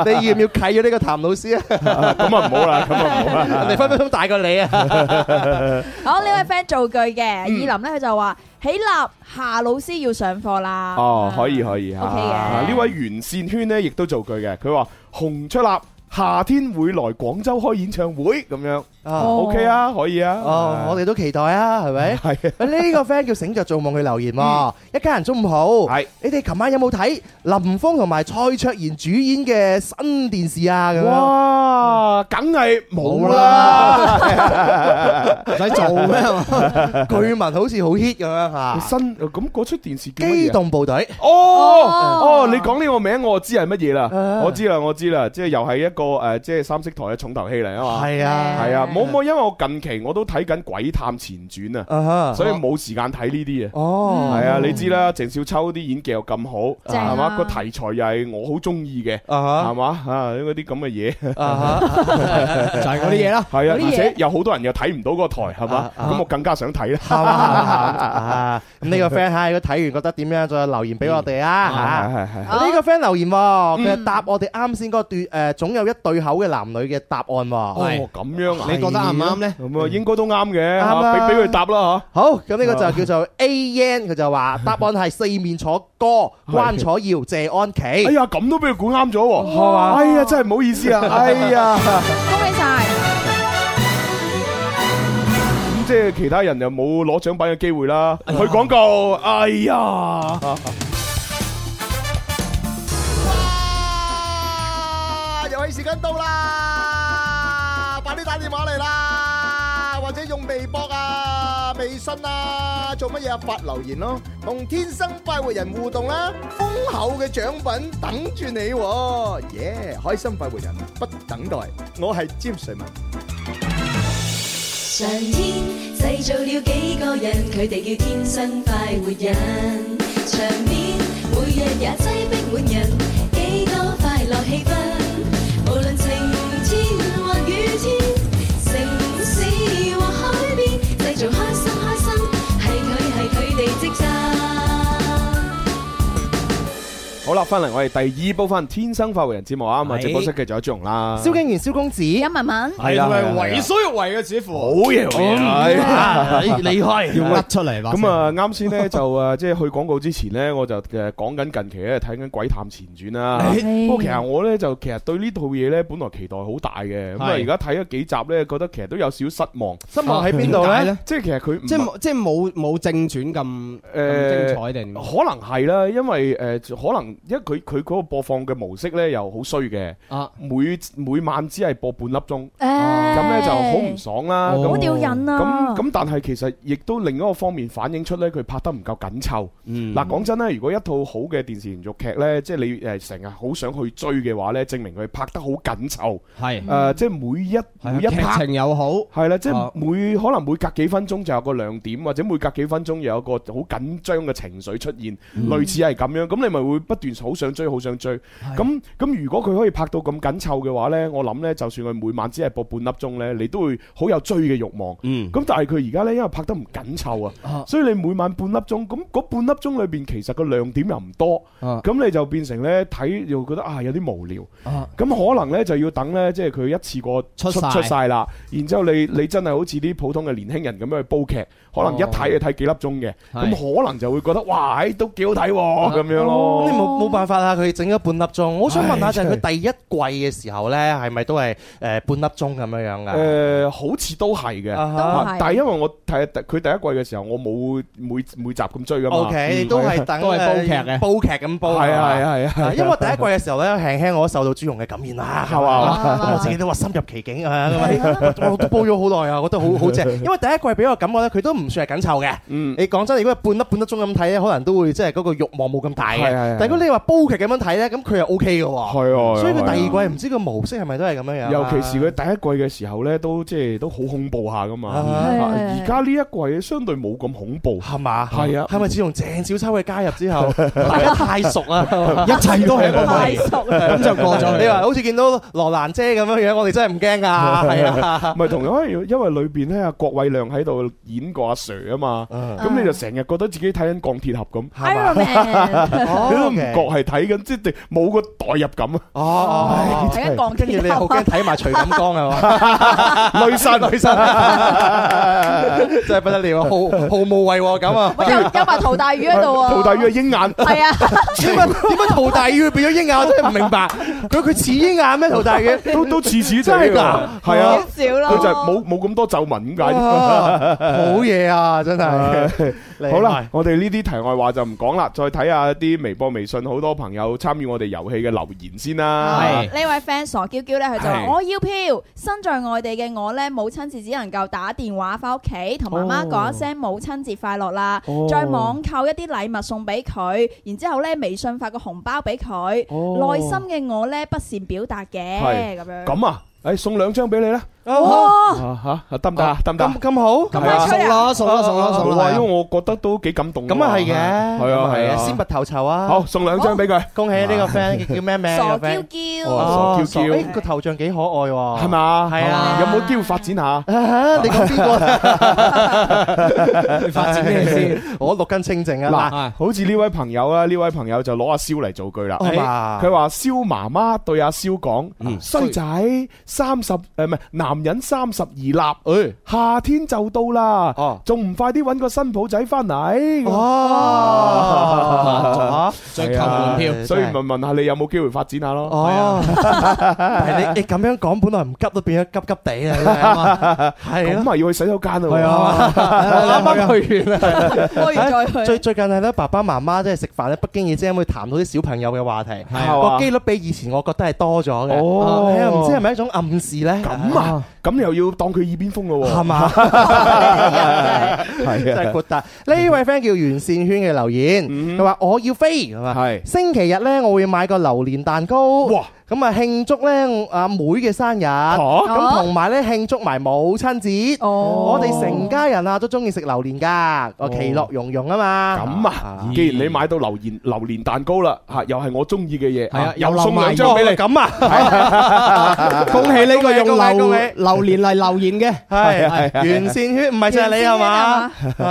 C: 你要唔要契咗呢個譚老師啊？
B: 咁啊唔好啦，咁啊 [LAUGHS]
C: [LAUGHS]
B: 唔好啦，
C: 人哋分分鐘大過你
B: [LAUGHS]
C: 啊！
D: 好，呢位 friend 造句嘅，
B: 嗯
D: 意林咧佢就話：起立，夏老師要上課
C: 啊
D: 啦。
B: 哦，可以可以嚇。
D: OK 嘅
B: 啊呢位袁善圈呢，亦都做句嘅，佢話紅出立。夏天會來廣州開演唱會咁樣
C: 啊
B: ，OK 啊，可以啊，
C: 哦，我哋都期待啊，
B: [LAUGHS]
C: 係咪？
B: 係。
C: 呢個 friend 叫醒着做夢，佢留言
B: 嗯
C: 喎，一家人中午好。係。你哋琴晚有冇睇林峰同埋蔡卓妍主演嘅新電視啊？咁樣。
B: 哇，梗係冇
C: 啦
B: 啦，
C: 唔使做 [LAUGHS] 咩係嘛據聞好似好 hit 咁樣嚇。
B: [LAUGHS] 新咁嗰出電視叫乜嘢啊
C: 機動部隊。
B: 哦哦，你講呢個名我知係乜嘢
C: 啊
B: 啦，我知啦，我知啦，即係又係一個誒，即係三色台嘅重頭戲嚟啊嘛。
C: 係啊
B: 係啊，冇冇，因為我近期我都睇緊《鬼探前傳》
C: 啊
B: 啊，所以冇時間睇呢啲啊。
C: 哦
B: 係啊，你知啦，鄭少秋啲演技又咁好，
C: 正啊
B: 係嘛個題材又係我好中意嘅，
C: 係
B: 嘛啊嗰啲咁嘅嘢，
C: 啊
B: 就
E: 係嗰啲嘢啦
B: 係啊，
E: 嗰啲嘢
B: 而且有好多人又睇唔到個台，係
C: 啊
B: 嘛，咁我更加想睇
C: 啱啊啱啊
B: 啦。
C: 啊！咁呢個 friend 嚇，如果睇完覺得點樣，再留言俾我哋啊
B: 嗯係係
C: 嚇。
B: 係
C: 呢個 friend 留言喎，佢係答我哋啱先嗰段誒，總有一對口嘅男女嘅答案喎。
B: 哦，咁樣啊？
C: 你覺得啱唔啱呢
B: 咁啊，應該都啱嘅，
C: 啱
B: 嚇
C: 啊
B: 俾俾佢答啦
C: 嚇。好，咁呢個就叫做 A N，佢
E: [LAUGHS]
C: 就話答案係四面楚歌、關楚耀、謝安琪。哎
B: 呀，咁都俾佢估啱咗喎，
C: 係嘛？
B: 哎呀，真係唔好意思 [LAUGHS] 啊，哎呀，
D: 恭喜晒！
B: 咁即係其他人又冇攞獎品嘅機會啦。去廣告，哎呀，
F: 啊，遊戲時間到啦，快啲打電話嚟啦，或者用微博啊、微信啊，做乜嘢啊？發留言咯，同天生快活人互動啦，豐厚嘅獎品等住你喎，耶！開心快活人不等待，我係詹瑞文。
L: 上天製造了幾個人，佢哋叫天生快活人。場面每日也擠逼滿人，幾多快樂氣氛。無論晴天或雨天，城市或海邊，製造開心開心，係佢係佢哋職責。
B: 好啦，翻嚟我哋第二部分《天生發圍人》節目啊，咁啊，
E: 係
B: 直播室繼續有朱紅啦，
C: 蕭敬元、蕭公子、
D: 尹文文，
B: 係啦係啦係啦
E: 為所欲為嘅似乎。
B: 好嘢，好嘢
E: 哎呀
B: 哎
E: 你開要甩出嚟吧
B: 咁啊，啱先咧就誒，即係去廣告之前咧，我就誒講緊近期咧睇緊《鬼探前傳》 [LAUGHS] 啦。
E: 係
B: 不過其實我咧就其實對呢套嘢咧，本來期待好大嘅，咁啊
E: 係
B: 而家睇咗幾集咧，覺得其實都有少少失 [LAUGHS] 望。
E: 失望喺邊度呢點解呢
B: 即係其實佢唔
E: 即係
B: 係
E: 冇即係冇冇正傳咁咁精彩定點？
B: 呃可能係啦，因為誒、呃可能因為佢佢嗰個播放嘅模式咧又好衰嘅，
E: 啊、
B: 每每晚只係播半粒鐘，
D: 誒
B: 哦咁咧就好唔爽啦，
D: 好
B: 咁
D: 吊癮啊
B: 咁咁但係其實亦都另一個方面反映出咧佢拍得唔夠緊湊。
E: 嗯
B: 嗱講真咧，如果一套好嘅電視連續劇咧，即係你誒成日好想去追嘅話咧，證明佢拍得好緊湊。
E: 係
B: 誒，即係每一每一
E: 嗯啊劇
B: part
E: 情又好，
B: 係啦，即係
E: 啊
B: 每可能每隔幾分鐘就有個亮點，或者每隔幾分鐘又有個好緊張嘅情緒出現，類似係咁樣。咁你咪會不斷好想追，好想追。咁咁如果佢可以拍到咁緊湊嘅話呢，我諗呢，就算佢每晚只係播半粒鐘呢，你都會好有追嘅慾望。
C: 嗯
B: 咁但係佢而家呢，因為拍得唔緊湊啊，所以你每晚半粒鐘，咁嗰半粒鐘裏邊其實個亮點又唔多，咁你就變成呢，睇又覺得啊有啲無聊。咁可能呢，就要等呢，即係佢一次過
E: 出晒
B: 出晒啦，然之後你你真係好似啲普通嘅年輕人咁樣去煲劇，可能一睇就睇幾粒鐘嘅，
C: 係
B: 咁可能就會覺得哇，唉都幾好睇喎咁樣咯
C: 咁。你冇冇辦法啊？佢整咗半粒鐘，我想問下
B: 哦唉
C: 就係
B: 真係
C: 佢第一季嘅時候呢，係咪都係誒半粒鐘咁樣樣㗎？
B: 誒，好似都係嘅，
C: 啊哈
B: 啊但係因為我睇第佢第一季嘅時候，我冇每每集咁追噶嘛。
C: O.K. 都係等誒煲劇咁煲。
B: 係啊係啊係啊
C: 係嘛因為第一季嘅時候咧，輕輕我受到朱紅嘅感染啦， [LAUGHS] 係啊
B: 嘛
C: 嘛，
B: 啊
C: 我自己都話深入其境啊， [LAUGHS] 咁啊我我都煲咗好耐啊，我覺得好好 [LAUGHS] 正。因為第一季俾我感覺咧，佢都唔算係緊湊嘅。你講真，如果係半粒半粒鐘咁睇咧，可能都會即係嗰個慾望冇咁大嘅。
B: 係係係
C: 但係如果啊你話煲劇咁樣睇咧，咁佢又 O.K. 嘅喎。
B: 係啊
C: 所以佢
B: 係啊
C: 第二季唔知個模式係咪都係咁樣樣啊。
B: 尤其是佢第一季嘅時候呢，都即係都好恐怖下噶嘛。
C: 係
B: 啊
C: 係
B: 而家呢一季相對冇咁恐怖，
C: 係嘛？
B: 係啊，
C: 係咪自從鄭少秋嘅加入
B: [LAUGHS]
C: 之後，大家太熟啦，一切都係一個
B: 太
C: 熟
B: [LAUGHS] 啦
C: 咁就過咗。你話好似見到羅蘭姐咁樣樣，我哋真係唔驚㗎，
B: [LAUGHS]
C: 係啊。
B: 唔係同樣，因為因為裏邊咧，阿郭偉亮喺度演過阿 Sir 啊嘛，咁你就成日覺得自己睇緊鋼鐵俠咁，[LAUGHS]
C: Iron Man
B: 你都唔
C: 哦，OK
B: 覺係睇緊，即係冇個代入感啊！
C: 哦，
B: 睇緊
C: 哦跟住你好驚睇埋徐錦江係
B: [LAUGHS]
C: 嘛？
B: 女神
C: 女神， [LAUGHS] 真係不得了，毫毫無違和感 [LAUGHS] 啊！
D: 有有埋陶大宇喺度啊！
B: [LAUGHS] 陶大宇係鷹眼，
D: 係啊，
C: 點解點解陶大宇變咗鷹眼？我真係唔明白，佢佢似鷹眼咩？陶大宇
B: 都都似似地
C: 真係㗎
B: 啊係啊，
D: 少咯
B: 佢就係冇冇咁多皺紋咁解。 [LAUGHS]
C: 哇好嘢啊！真
B: Ờ,
C: 係
B: 唉好啦，我哋呢啲題外話就唔講啦，再睇下啲微博、微信好多朋友參與我哋遊戲嘅留言先啦。
D: 呢位 fans 傻嬌嬌咧，佢就話：
B: 啊係
D: 我要票，身在外地嘅我咧，母親節只能夠打電話翻屋企，同媽媽講一聲母親節快樂啦
M: 哦，
D: 再網購一啲禮物送俾佢，然之後咧微信發個紅包俾佢。
B: 哦
D: 內心嘅我咧不善表達嘅
B: 係
D: 咁樣。
B: 咁啊，誒送兩張俾你啦。
D: 哇！
B: 啊吓，得唔得啊？得唔得？咁
C: 咁好，
B: 咁
C: 咪
E: 送咯送咯送咯送咯
B: 好啊
E: 係啊
B: 因為我覺得都幾感動㗎嘛。
C: 咁啊係嘅，
B: 係啊係啊，
C: 先拔頭籌啊！
B: 好送兩張俾佢，
C: 恭喜呢個 friend 叫咩名？
B: 傻
C: 呢個 friend
B: 嬌嬌啊
C: Ờ,
B: 哦傻嬌嬌
C: 哦傻哎個頭像幾可愛喎，
B: 係嘛？
C: 係啊，
B: 有冇機會發展下？
C: 啊你講邊個？
B: 你發展咩先？
C: 我六根清淨
B: 嗱
C: 啊！，
B: 好似呢位朋友啊，呢位朋友就攞阿蕭嚟做句啦。
C: 好哦嘛
B: 佢話蕭媽媽對阿蕭
E: 嗯
B: 講：衰仔三十誒唔係男人三十而
E: 哎
B: 立，夏天就到啦，
E: 哦
B: 仲唔快啲揾個新抱仔翻嚟？
C: Ờ. 哦
B: 係啊
C: 再扣門票
B: 所以咪問下你有冇機會發展下咯？
C: 哦，Ờ. 但係你你咁樣講，本來唔急都變咗急急地啦，係
B: 咁
C: 咯。
B: 咪要去洗手間啊！
C: 係
B: Ờ.
C: 啊，啱啱去完啦，
D: 去完再去
C: 最最近係咧，爸爸媽媽即係食飯咧，不經意之間會談到啲小朋友嘅話題，
B: 係啊
C: 個機率比以前我覺得係多咗嘅。
B: 哦
C: 係啊，唔知係咪一種暗示咧？
B: 咁啊，咁又要當佢耳邊風咯喎，[LAUGHS]
C: 係嘛？ [LAUGHS]
B: 係
C: 真係豁
B: 啊，
C: 達。呢位 friend 叫袁善圈嘅留言，
B: 嗯
C: 佢話我要飛咁啊！星期日呢，我會買個榴蓮蛋糕，咁啊慶祝呢阿妹嘅生日，咁同埋呢慶祝埋母親節。
D: 哦
C: 我哋成家人啊都中意食榴蓮㗎，我其樂融融啊嘛。
B: 哦咁啊，既然你買到榴蓮榴蓮蛋糕啦，嚇又係我中意嘅嘢，
E: 係啊
B: 又
E: 又
B: 送
E: 漏
B: 兩
E: 埋
B: 張俾你，
E: 哦
C: 咁
B: [LAUGHS] 啊
E: 恭喜呢個用
C: 恭喜
E: 榴
C: 恭喜
E: 榴蓮嚟留言嘅，
C: 係係係袁善圈唔係就係你係嘛？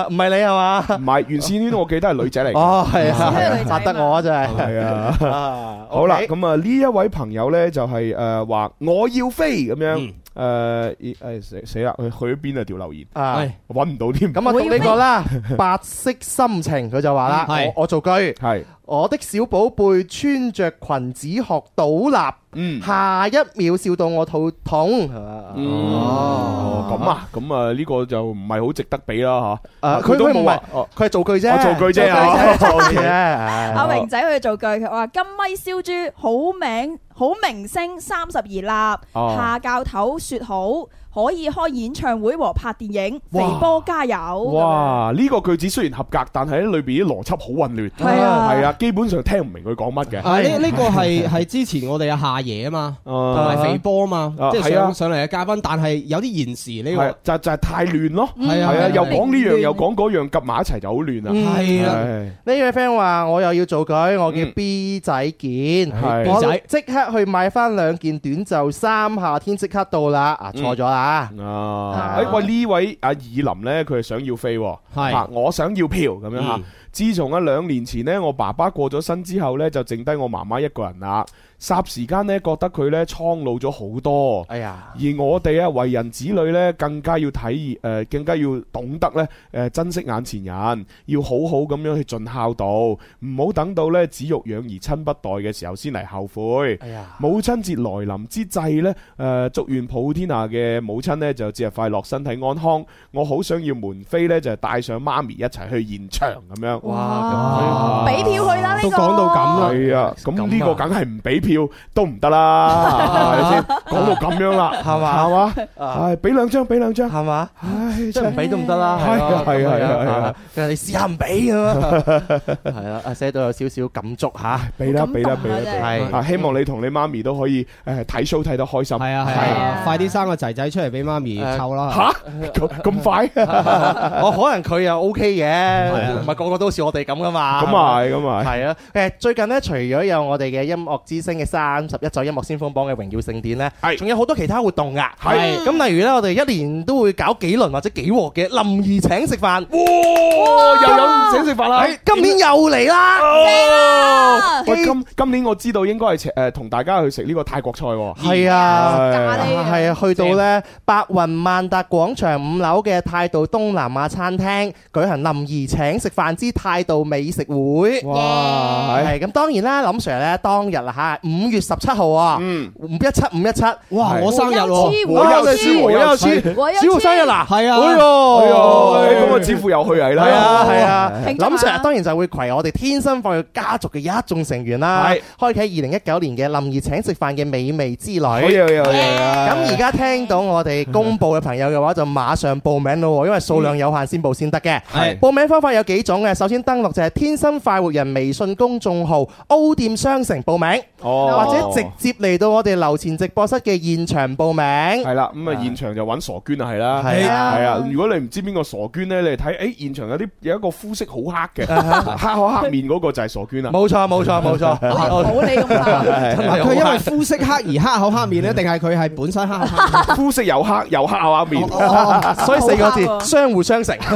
C: 唔係你係嘛？
B: 唔係原先呢啲，我記得係女仔嚟嘅。
C: 哦，係
B: 係啊
C: 啊，殺得我啊真係。
B: 係
C: [LAUGHS]
B: 啊，好啦，咁啊呢一位朋友咧就係誒話我要飛咁
C: 嗯
B: 樣，誒誒死死啦，佢去咗邊啊條留言
C: 啊
B: 係搵唔到添。
C: 咁我啊讀呢個啦，白色心情佢就話啦，
B: 係
C: 我我造句，
B: 係
C: 我的小寶貝穿着裙子學倒立，
B: 嗯
C: 下一秒笑到我肚痛，係嘛
B: 哦，咁啊，咁啊呢個就唔係好值得俾啦吓。
C: 啊佢
B: 都
C: 佢唔
B: 冇
C: 係
B: 話，哦
C: 佢係造句啫，
B: 我造句啫
C: 造句啫造句啫
D: [LAUGHS] 阿
C: 唉
D: 榮仔佢做句，佢話金咪燒豬好名好明星三十而立，
C: 哦
D: 下教頭説好，可以開演唱會和拍電影，肥
B: 哇
D: 波加油！
B: 哇！呢個句子雖然合格，但係喺裏邊啲邏輯好混亂，
D: 係啊
B: 係啊，基本上聽唔明佢講乜嘅。
E: 啊！呢呢個係 [LAUGHS] 係之前我哋嘅夏夜啊嘛，同埋肥波啊嘛
B: 啊，
E: 即係
B: 係啊
E: 上上嚟嘅嘉賓，但係有啲延時呢
B: 係啊
E: 個
B: 就就係太亂咯，
E: 嗯
B: 係
E: 係
B: 啊，
E: 啊
B: 又講呢
E: 明
B: 樣
E: 白
C: 嗯
B: 又講嗰樣，夾埋一齊就好亂啦。
C: 係啊
B: 唉
C: 呢位 friend 話：我又要做佢，我叫 B 仔件，
B: 係
C: 我
B: B 仔
C: 即刻去買翻兩件短袖衫，夏天即刻到啦！啊，錯咗啦！
B: 啊！哎喂，呢位阿以林呢，佢係想要飛喎，
C: 係
B: 嚇我想要票咁樣嚇
C: 嗯。
B: 自從啊兩年前呢，我爸爸過咗身之後呢，就剩低我媽媽一個人啦。霎時間呢，覺得佢呢蒼老咗好多。
C: 哎呀！
B: 而我哋啊為人子女呢，更加要體誒、呃更加要懂得呢誒、呃珍惜眼前人，要好好咁樣去盡孝道，唔好等到呢子欲養而親不待嘅時候先嚟後悔。
C: 哎呀
B: 母親節來臨之際呢，誒、呃祝願普天下嘅母親呢就節日快樂，身體安康。我好想要門飛呢，就係帶上媽咪一齊去現場咁樣。哇！啊
D: 俾票佢啦呢個
B: 都講到咁啦，係啊，咁呢個梗係唔俾票都唔得啦， [LAUGHS] 係咪先？講到咁樣啦，
C: 係嘛
B: 係嘛？啊唉，俾兩張，俾兩張，
C: 係嘛？
B: 唉，即
C: 係唔俾都唔得啦，
B: 係啊，係啊，係啊，係啊
C: 啊，，佢話你試下唔俾咁啊， [LAUGHS] 係啦，啊寫到有少少感觸嚇，
B: 俾啦，俾啦，俾啦，
C: 係
B: 係
C: [LAUGHS]
B: 啊，希望你同你媽咪都可以誒睇 show 睇得開心，係啊
E: 啊係啊，快啲生個仔仔出嚟俾媽咪湊啦！
B: 嚇咁咁快？
C: 我可能佢又 OK 嘅，
E: 啊
C: 唔係個個都好似我哋咁噶嘛。
B: 咁啊係咁啊係
C: 係啊。誒，最近咧，除咗有我哋嘅音樂之星嘅三十一座音樂先鋒榜嘅榮耀盛典咧，仲有好多其他活動㗎。
B: 係
C: 咁，例如咧，我哋一年都會搞幾輪或者幾鑊嘅林兒請食飯。
B: 哇！哦又有請食飯啦
C: 係，今年又嚟啦！啊
B: 哦喂，今今年我知道應該係誒同大家去食呢個泰國菜喎，
C: 係啊，
B: 係
C: 係啊，去到咧白雲萬達廣場五樓嘅態度東南亞餐廳舉行林兒請食飯之態度美食會。
B: 哇
C: 係咁當然啦，林 Sir 咧當日啦嚇，五月十七號
B: 嗯
C: 啊，五一七五一七，
E: 哇我生日
B: [LAUGHS]
E: 喎
C: 我有書，我有
E: 我有
C: 書，
E: 書
C: 小豪生日啦，
E: 係啊
C: 哎
B: 哎呀，
C: 呦，
B: 咁啊，子父又去嚟啦，哦
C: 係啊係啊，
B: 係
C: 林 Sir 當然就會攜我哋天生快育家族嘅一眾成員啦，開啟二零一九年嘅林兒請食飯嘅美味之旅。
B: 好嘢好嘢好嘢啊
C: 咁而家聽到我哋公佈嘅朋友嘅話，就馬上報名咯喎，因為數量有限，先報先得嘅。
E: 係
C: 報名方法有幾種嘅，首先登錄就係天生快活人微信公眾號 O 店商城報名，
B: 哦
C: 或者直接嚟到我哋樓前直播室嘅現場報名。
B: 係啦，咁啊現場就揾傻娟啊，係啦，
C: 係啊
B: 係啊。如果你唔知邊個傻娟咧，你係睇哎誒現場有啲有一個膚色好黑嘅，
C: 啊 [LAUGHS] 哈
B: 黑口黑面嗰個就係傻娟啦。
C: 冇錯冇 [LAUGHS] 錯冇錯，
B: 冇
E: 理咁
B: [LAUGHS] 怕係係
E: 佢因為膚色黑而黑口黑面
B: 嗯
E: 咧，定係佢係本身黑口黑
B: [LAUGHS]
E: 面？
B: 膚色又黑又黑口黑
C: 哦
B: 面，
C: 所以四個字相互相成。 [LAUGHS]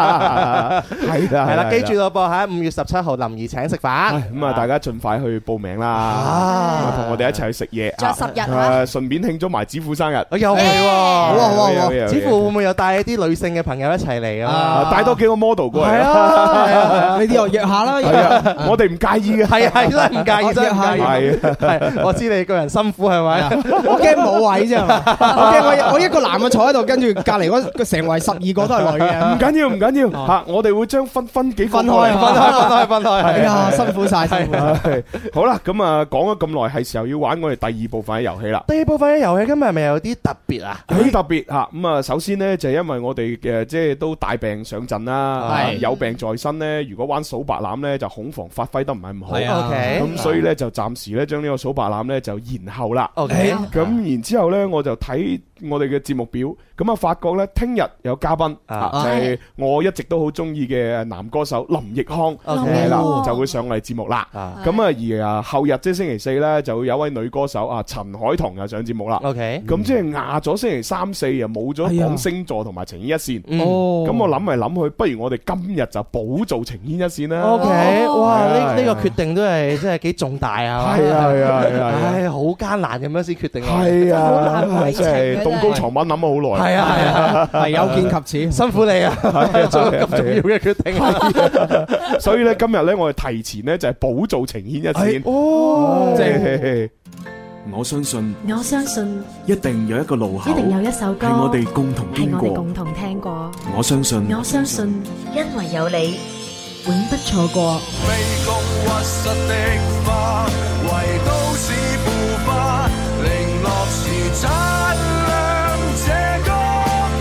B: 係啦
C: 係啦，記住
B: 啦。
C: 咯噃嚇，五月十七號林兒請食飯。
B: 咁啊，大家盡快去報名
C: 啊
B: 啦，同我哋一齊去食嘢，
C: 仲有十日啊
B: 啊，順便慶祝埋子父生日。
C: 我又係喎，
B: 啊
C: 好
B: 好啊好啊
C: 子父會唔會又帶啲女性嘅朋友一齊嚟
B: 啊
C: 啊？
B: 帶多幾個 model 過嚟
C: 係啊係啊係啊，
E: 呢啲又約下啦
B: 係啊， [LAUGHS] 我哋唔介意嘅，
C: 係啊係真係唔 [LAUGHS] 介意真係唔介意
B: 係啊
C: 係我知你個人辛苦係
B: 啊
C: 咪？
E: [LAUGHS] 我驚冇位啫，係嘛
B: [LAUGHS]
E: 我驚我我一個男嘅坐喺度，跟住隔離嗰個成圍十二個都係女嘅
B: 唔。緊要，唔緊要嚇，我哋會將分分幾個
E: 分開
B: 過嚟
E: 分開分開
C: 啊分開
E: 哎呀
B: 係
E: 辛苦晒
B: 係
E: 辛苦晒
B: 係好啦，咁啊講咗咁耐，係時候要玩我哋第二部分嘅遊戲啦。
C: 第二部分嘅遊戲今日係咪有啲特別啊？
B: 好特別嚇，咁啊首先呢，就係因為我哋嘅即係都大病上陣啦，啊
C: 係
B: 有病在身呢，如果玩數白欖呢，就恐防發揮得唔係咁好，
C: 係啊 OK
B: 咁所以呢，就暫時呢，將呢個數白欖呢，就延後啦。
C: OK
B: 咁然之後呢，我就睇我哋嘅節目表，咁啊發覺呢，聽日有嘉賓啊，就係我一直都好中意嘅男歌手林奕匡，
C: OK
B: 係啦
C: 哦，
B: 就會上嚟節目啦。咁啊而啊後日即係星期四呢，就會有位女歌手啊陳凱彤又上節目啦。
C: OK
B: 咁即係壓咗星期三四啊，冇咗
C: 呀
B: 講星座同埋情牽一線。
C: 嗯哦
B: 咁我諗嚟諗去，不如我哋今日就補做情牽一線啦。
C: OK，哇！
B: 係啊
C: 呢呢個決定都係真係幾重大啊！
B: 係啊係啊係啊
C: 唉，好艱難咁樣先決定。
B: 係啊，即係道高藏晚諗咗好耐。
C: 係啊係啊，
E: 此，
B: [LAUGHS]
C: 辛苦你啊！ [LAUGHS] 做咗咁重要嘅決定。
B: 所以咧，今日咧，我哋提前咧就係補做情牽一線。
C: 哦
B: 正。
M: 我相信
N: 我相信
M: 一定有一個路口，
N: 一定有一首歌
M: 係我哋共同
N: 係
M: 經
N: 我哋
M: 過
N: 共。同聽過。
M: 我相信
N: 我相信，因為有你，永不錯過。
O: 屈膝的花，唯都市腐化，零落時擦亮這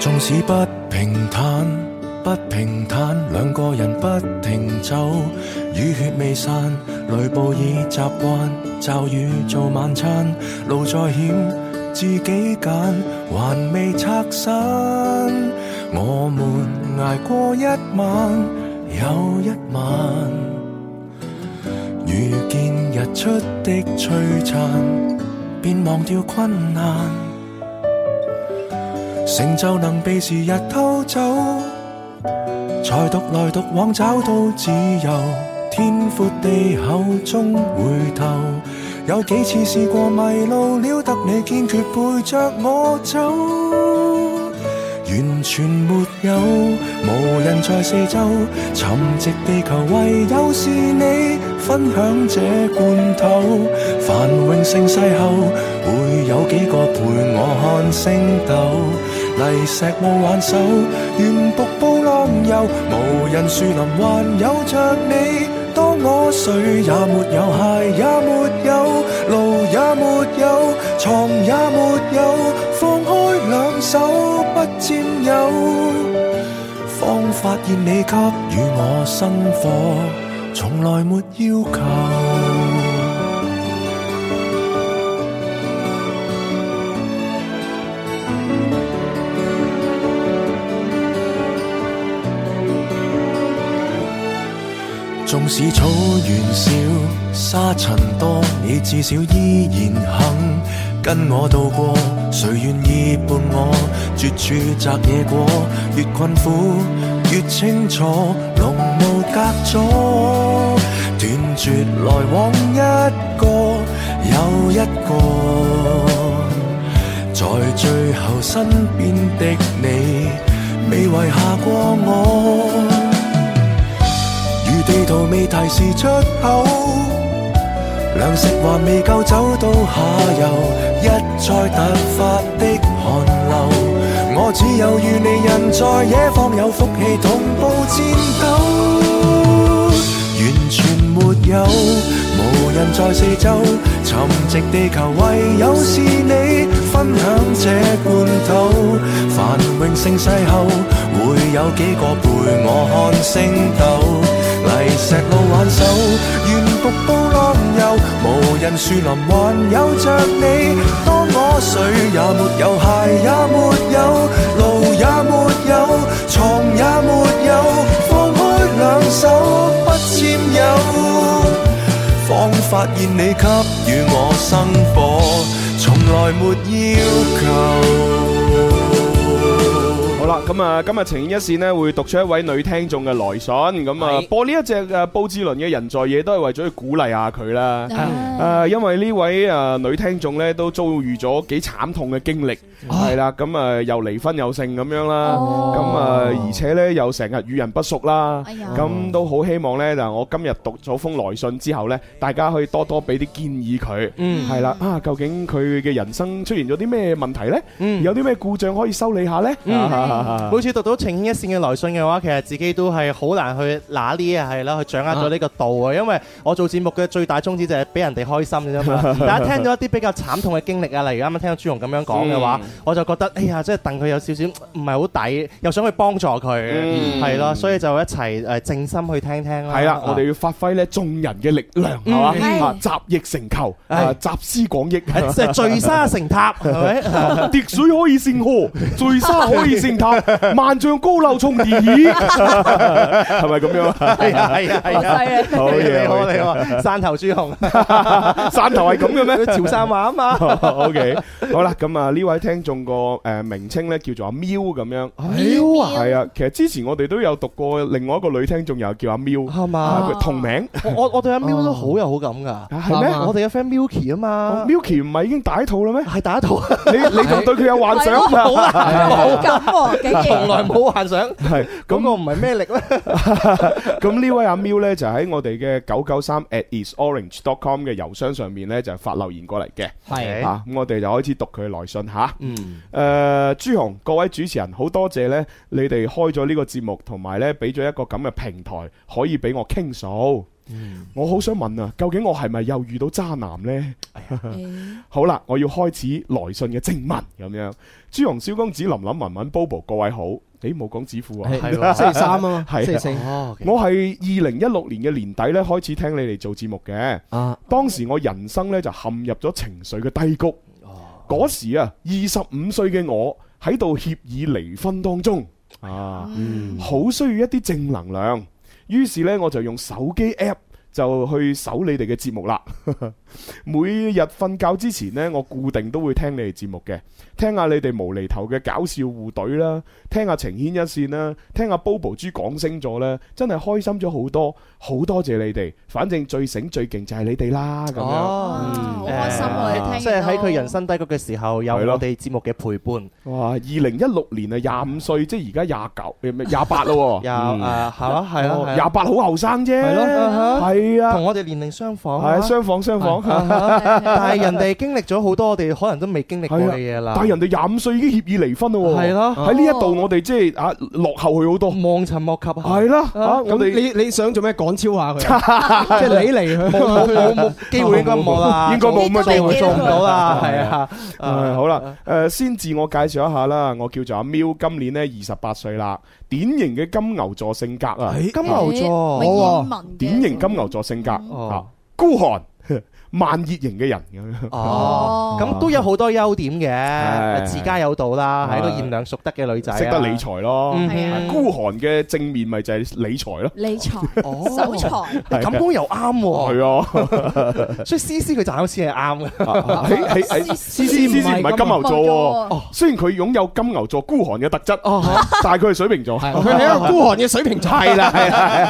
H: 縱使不平坦，不平坦，兩個人不停走，雨血未散，雷暴已習慣，驟雨做晚餐，路再險自己揀，還未拆散，我們捱過一晚又一晚，遇見日出的璀璨，便忘掉困難。成就能被時日偷走，才獨來獨往找到自由。天闊地厚終回頭，有幾次試過迷路了，得你堅決陪着我走，完全沒有，無人在四周，沉寂地球唯有是你分享這罐頭，繁榮盛世後會有幾個陪我看星斗。泥石路挽手，沿瀑布浪遊，無人樹林還有着你。當我誰也沒有，鞋也沒有，路也沒有，床也沒有，放開兩手不佔有，方發現你給予我生火，從來沒要求。縱使草原少，沙塵多，你至少依然肯跟我渡過。誰願意伴我絕處摘野果？越困苦越清楚，濃霧隔阻，斷絕來往一個又一個，在最後身邊的你，未遺下過我。如地圖未提示出口，糧食還未夠走到下游，一再突發的寒流，我只有與你人在野方有福氣同步戰鬥，完全沒有，無人在四周，沉寂地球唯有是你分享這罐頭，繁榮盛世後會有幾個陪我看星斗。泥石路挽手，沿瀑布浪遊，無人樹林還有着你。當我誰也沒有，鞋也沒有，路也沒有，床也沒有，放開兩手不佔有，方發現你給予我生火，從來沒要求。
B: 好啦，咁啊，今日情牽一線呢，會讀出一位女聽眾嘅來信，咁啊，播呢一隻誒布志綸嘅人在野都係為咗去鼓勵下佢啦。誒，因為呢位誒女聽眾呢，都遭遇咗幾慘痛嘅經歷，係啦，咁啊又離婚又剩咁樣啦，咁啊而且呢，又成日與人不淑啦，
D: 哎
B: 咁都好希望呢，嗱，我今日讀咗封來信之後呢，大家可以多多俾啲建議佢，
C: 嗯
B: 係啦，啊，究竟佢嘅人生出現咗啲咩問題
C: 嗯
B: 呢？有啲咩故障可以修理下呢？啊
C: 每次讀到情牽一線嘅來信嘅話，其實自己都係好難去拿呢啊，係啦，去掌握到呢個度啊。因為我做節目嘅最大宗旨就係俾人哋開心嘅啫
B: [LAUGHS]
C: 嘛。但係聽到一啲比較慘痛嘅經歷啊，例如啱啱聽到朱紅咁樣講嘅話
E: 嗯，
C: 我就覺得哎呀，即係戥佢有少少唔係好抵，又想去幫助佢，
B: 嗯
C: 係咯，所以就一齊誒靜心去聽聽啦。啊
B: 係啦，我哋要發揮咧眾人嘅力量，係嘛
C: 嗯
B: 啊，集腋成裘，啊集思廣益，
C: [LAUGHS] 即係聚沙成塔，係咪？
B: [LAUGHS] 滴水可以成河，聚沙可以成塔，萬丈高樓從而起， [LAUGHS] 係咪咁樣啊？
C: [LAUGHS] 係啊係啊係啊！
B: 好嘢，
C: 你好
B: 好嘢
C: 你好，山頭朱紅， [LAUGHS]
B: 汕頭係咁嘅咩？
C: 潮汕話啊嘛
B: [LAUGHS] OK，好啦，咁啊呢位聽眾個誒名稱咧叫做阿喵咁樣。喵啊，係啊，其實之前我哋都有讀過另外一個女聽眾又叫阿喵，
C: 哎
B: 係
C: 嘛
B: 啊同名。
C: 我我我對阿喵都好有好感噶，
B: 係咩
C: 我哋嘅 friend Milky 啊嘛
B: ，Milky 唔係已經打一套
C: [LAUGHS]
B: 啦咩？
C: 係打一套，
B: 你你仲對佢有幻想
C: 係咯冇啊冇
D: 咁喎竟然
C: 從來冇幻想，
B: [LAUGHS] 係咁
C: 我唔係咩力咧？
B: 咁呢位阿喵咧就喺我哋嘅九九三 at isorange.com 嘅郵箱上面咧就發留言過嚟嘅，
C: 係
B: 啊，咁我哋就開始讀佢來信吓。
C: 嗯，
B: 誒朱紅，各位主持人好多謝咧，你哋開咗呢個節目，同埋咧俾咗一個咁嘅平台，可以俾我傾訴。
C: 嗯
B: 我好想問啊，究竟我係咪又遇到渣男呢？好啦，我要開始來信嘅正文咁樣。朱紅、蕭公子、林林、文文、Bobo，各位好。誒冇講指父啊，
E: 係喎星期三啊嘛
B: 係
E: 星期四哦，OK
B: 我係二零一六年嘅年底咧開始聽你哋做節目嘅，當時我人生咧就陷入咗情緒嘅低谷。嗰時啊，二十五歲嘅我喺度協議離婚當中啊，好需要一啲正能量。於是呢，我就用手機 app 就去搜你哋嘅節目啦。 [LAUGHS] 每日瞓覺之前呢，我固定都會聽你哋節目嘅，聽下你哋無厘頭嘅搞笑互隊啦，聽下情牽一線啦，聽下 Bobo 豬講星座啦，真係開心咗好多，好多謝你哋。反正最醒最勁就係你哋啦，咁樣。
C: 哦，
B: 嗯
C: 開
B: 心啊你聽完
C: 即係喺佢人 [LAUGHS] 生低谷嘅時候，有
B: 係咯
C: 我哋節目嘅陪伴。
B: 哇！二零一六年啊，廿五歲，即係而家廿九，誒呃廿八
C: [LAUGHS]
B: 咯喎。嗯哦
C: 廿啊係啊係啊係啊
B: 廿八好後生啫。
C: 係咯啊哈
B: 係啊，
C: 同我哋年齡相仿啊。
B: 係相仿相仿。
C: 啊但係人哋經歷咗好多我哋可能都未經歷過嘅嘢啦。
B: 啊但係人哋廿五歲已經協議離婚咯喎。
C: 係咯
B: 喺呢一度我哋即係啊落後佢好多。
C: 望塵莫及啊。
B: 係啦，啊我
E: 咁
B: 哋。
E: 你你想做咩趕超
B: [LAUGHS]
E: 下佢？即係你嚟佢，
B: 冇冇冇冇
C: 機會應該冇
B: [LAUGHS]
C: 啦
B: 應該冇咁嘅機會
C: 做
B: [LAUGHS]
C: 唔到啦係啊
B: 誒好啦，誒先自我介紹一下啦，我叫做阿喵，今年呢二十八歲啦，典型嘅金牛座性格啊，
C: 金牛座
B: 好啊
C: 文
B: 喎典型金牛座性格
C: 哦
B: 啊，孤寒。 [LAUGHS] 慢熱型嘅人咁樣，
C: 哦，咁都有好多優點嘅，自家有道啦，係一個賢良淑德嘅女仔啊，
B: 識得理財咯
C: 嗯係啊，
B: 孤寒嘅正面咪就係理財咯，
D: 理財、
C: Ờ.
D: 守財，
C: 哦咁講又啱喎，
B: 係啊，
C: 所以 C C 佢賺到錢係啱
B: [LAUGHS] 啊
C: 嘅，
B: 喺喺喺 C C 唔係金牛座喎，哦雖然佢擁有金牛座孤寒嘅特質，但係佢係水瓶座，佢
E: 係一個孤寒嘅水瓶座
B: 係啦，係啦係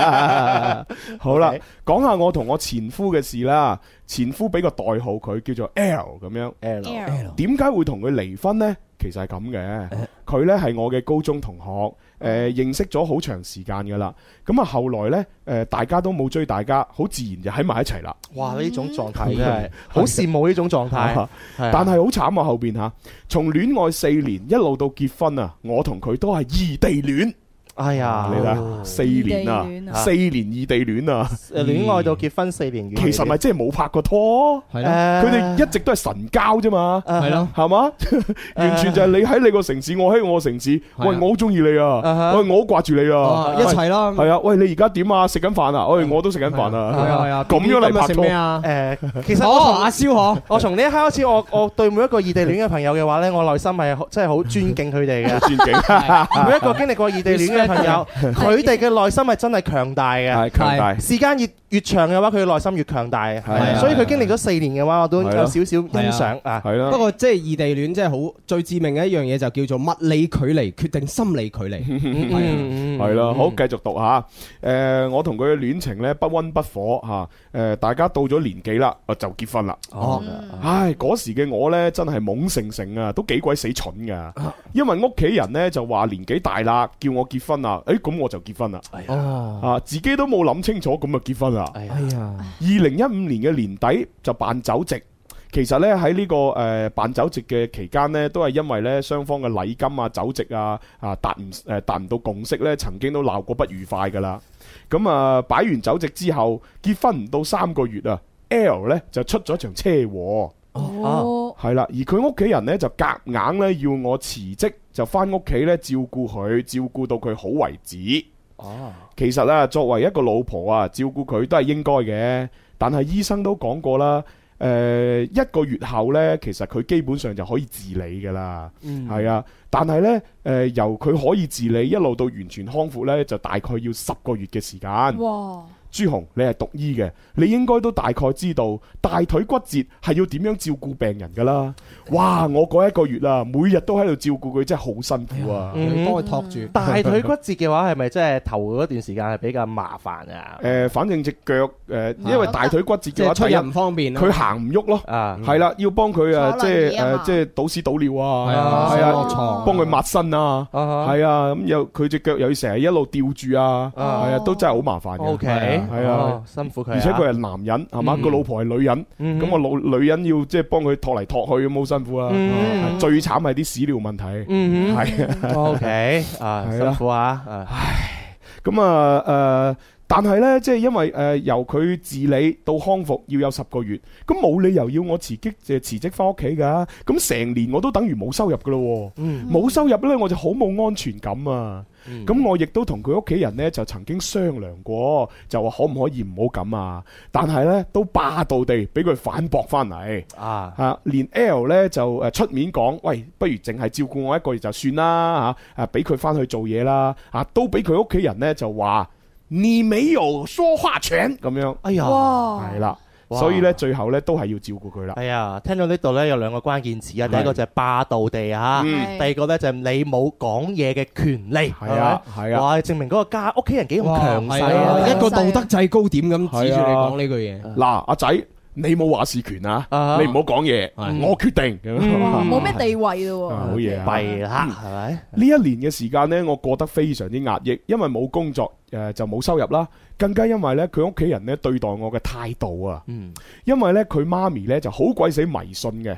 B: [LAUGHS] 啦，好啦，講下我同我前夫嘅事啦。前夫俾個代號佢叫做 L 咁樣，L 點解會同佢離婚呢？其實係咁嘅，佢呢係我嘅高中同學，誒、認識咗好長時間噶啦。咁啊後來呢，誒、大家都冇追大家，好自然就喺埋一齊啦。
C: 哇！呢種狀態真係嗯好羨慕呢種狀態
B: 啊，但係好慘啊！後邊吓，從戀愛四年一路到結婚啊，我同佢都係異地戀。
C: 哎
E: 啊
C: 呀，
B: 你
E: 哦
B: 睇四年啊
C: 異地戀，啊
B: 四年異地戀啊，
E: 嗯
C: 戀愛到結婚四年，
B: 其實咪即係冇拍過拖，
C: 係
B: 佢
C: 咯
B: 哋一直都係神交啫嘛，
C: 係咯，
B: 係嘛？完全就係你喺你個城市，我喺我個城市，喂，我好中意你啊，喂，我好掛住你啊
E: 啊，一齊啦
B: 係啊，喂，你而家點啊？食緊飯啊？喂，我都食緊飯啊，
E: 係啊係啊
B: 咁樣嚟拍
E: 今日食
B: 拖
E: 咩啊
C: 誒，其
B: [LAUGHS]
C: 實
E: 哦
C: 我從
E: 阿蕭嗬
C: 我從呢一刻開始，我我對每一個異地戀嘅朋友嘅話咧，我內心係好真係好尊敬佢哋嘅，
B: 尊啊
E: 敬
C: 每一個經歷過異地戀嘅朋友，佢哋嘅內心係真係強大嘅，係
B: 強大
C: 時間越越長嘅話，佢嘅內心越強大嘅，
E: 係啊
C: 所以佢經歷咗四年嘅話，我都有
E: 係
C: 少
E: 咯
C: 少欣賞啊。
B: 啊係啦
E: 不過即係異地戀，即係好最致命嘅一樣嘢就叫做物理距離決定心理距離。
C: 嗯
E: 係啊
B: 嗯係啦，好繼續讀下。誒，我同佢嘅戀情呢，不溫不火嚇。誒，大家到咗年紀啦，啊就結婚啦。
E: 哦，
B: 唉，嗰時嘅我呢，真係懵盛盛啊，都幾鬼死蠢噶。因為屋企人呢，就話年紀大啦，叫我結婚啦。誒，咁我就結婚啦。
E: 哦，
B: 啊，自己都冇諗清楚，咁就結婚啦。
E: 哎呀，
B: 二零一五年嘅年底就辦酒席。其實咧喺呢個誒、呃、辦酒席嘅期間呢，都係因為咧雙方嘅禮金啊、酒席啊啊達唔誒達唔到共識咧，曾經都鬧過不愉快噶啦。咁啊擺完酒席之後，結婚唔到三個月啊，L 咧就出咗場車禍。
C: Ờ.
D: 哦，
B: 係啦，而佢屋企人呢，就夾硬咧要我辭職，就翻屋企咧照顧佢，照顧到佢好為止。
C: 哦，
B: 其實咧，作為一個老婆啊，照顧佢都係應該嘅。但係醫生都講過啦，誒、一個月後呢，其實佢基本上就可以自理㗎啦。
C: 嗯
B: 係啊，但係呢，誒、由佢可以自理一路到完全康復呢，就大概要十個月嘅時間。
D: 哇！
B: 朱紅，你係讀醫嘅，你應該都大概知道大腿骨折係要點樣照顧病人㗎啦。哇！我嗰一個月啊，每日都喺度照顧佢，真係好辛苦啊。
C: 嗯
E: 幫佢托住
C: 大腿骨折嘅話，係咪真係頭嗰段時間係比較麻煩啊？
B: 誒，反正只腳誒，因為大腿骨折嘅話，
E: 啊即係出
B: 第一
E: 人唔方便啊嗯
B: 佢行唔喐咯，
C: 啊
B: 係啦，要幫佢誒，即係誒，即係倒屎倒尿啊，
E: 係啊
B: 係
E: 上落
B: 啊
E: 床，
B: 幫佢抹身啊，
C: 哈
B: 係啊，咁又佢隻腳又要成日一路吊住啊，係啊，都真係好麻煩嘅。
C: OK，
B: 係啊，
C: 哦辛苦佢啊
B: 而且佢係男人係嘛，
C: 嗯
B: 個老婆係女人，
C: 嗯
B: 咁個老女人要即係幫佢托嚟托去咁好辛苦啊
C: 嗯。
B: 最慘係啲屎尿問題，
C: 嗯哼
B: 係啊
C: OK，啊，
B: 係啦
C: 辛苦啊，啊
B: 咁啊誒。但係呢，即係因為誒、呃由佢治理到康復要有十個月，咁冇理由要我辭職誒辭職翻屋企㗎。咁成年我都等於冇收入㗎咯喎，
C: 嗯
B: 冇、收入呢，我就好冇安全感啊。咁、我亦都同佢屋企人呢，就曾經商量過，就話可唔可以唔好咁啊？但係呢，都霸道地俾佢反駁翻嚟
C: 啊！
B: 啊，連 L 呢，就呃誒出面講，喂，不如淨係照顧我一個月就算啦嚇，啊俾佢翻去做嘢啦，啊都俾佢屋企人呢，就話。你沒有說話權咁樣。
C: 哎呀
D: 哦
C: 哇
B: 係啦，
C: 哇
B: 所以咧最後咧都係要照顧佢啦。
C: 係啊，聽到呢度咧有兩個關鍵詞啊，第一個就係霸道地啊，
B: 嗯
C: 第二個咧就係你冇講嘢嘅權利，係
B: 啊
C: 咪
B: 係啊
C: 哇，證明嗰個家屋企人幾咁強勢
E: 哇係
C: 啊，
E: 啊一個道德制高點咁指住你講呢句嘢。
B: 嗱，阿仔，你冇話事權啊，你唔好講嘢，我決定。咁樣
D: 哇，嗯冇咩地位咯喎。
B: 好嘢啊，
C: 弊啦，係咪？
B: 呢一年嘅時間呢，我過得非常之壓抑，因為冇工作，誒、就冇收入啦，更加因為呢，佢屋企人呢對待我嘅態度啊，因為呢，佢媽咪呢就好鬼死迷信嘅，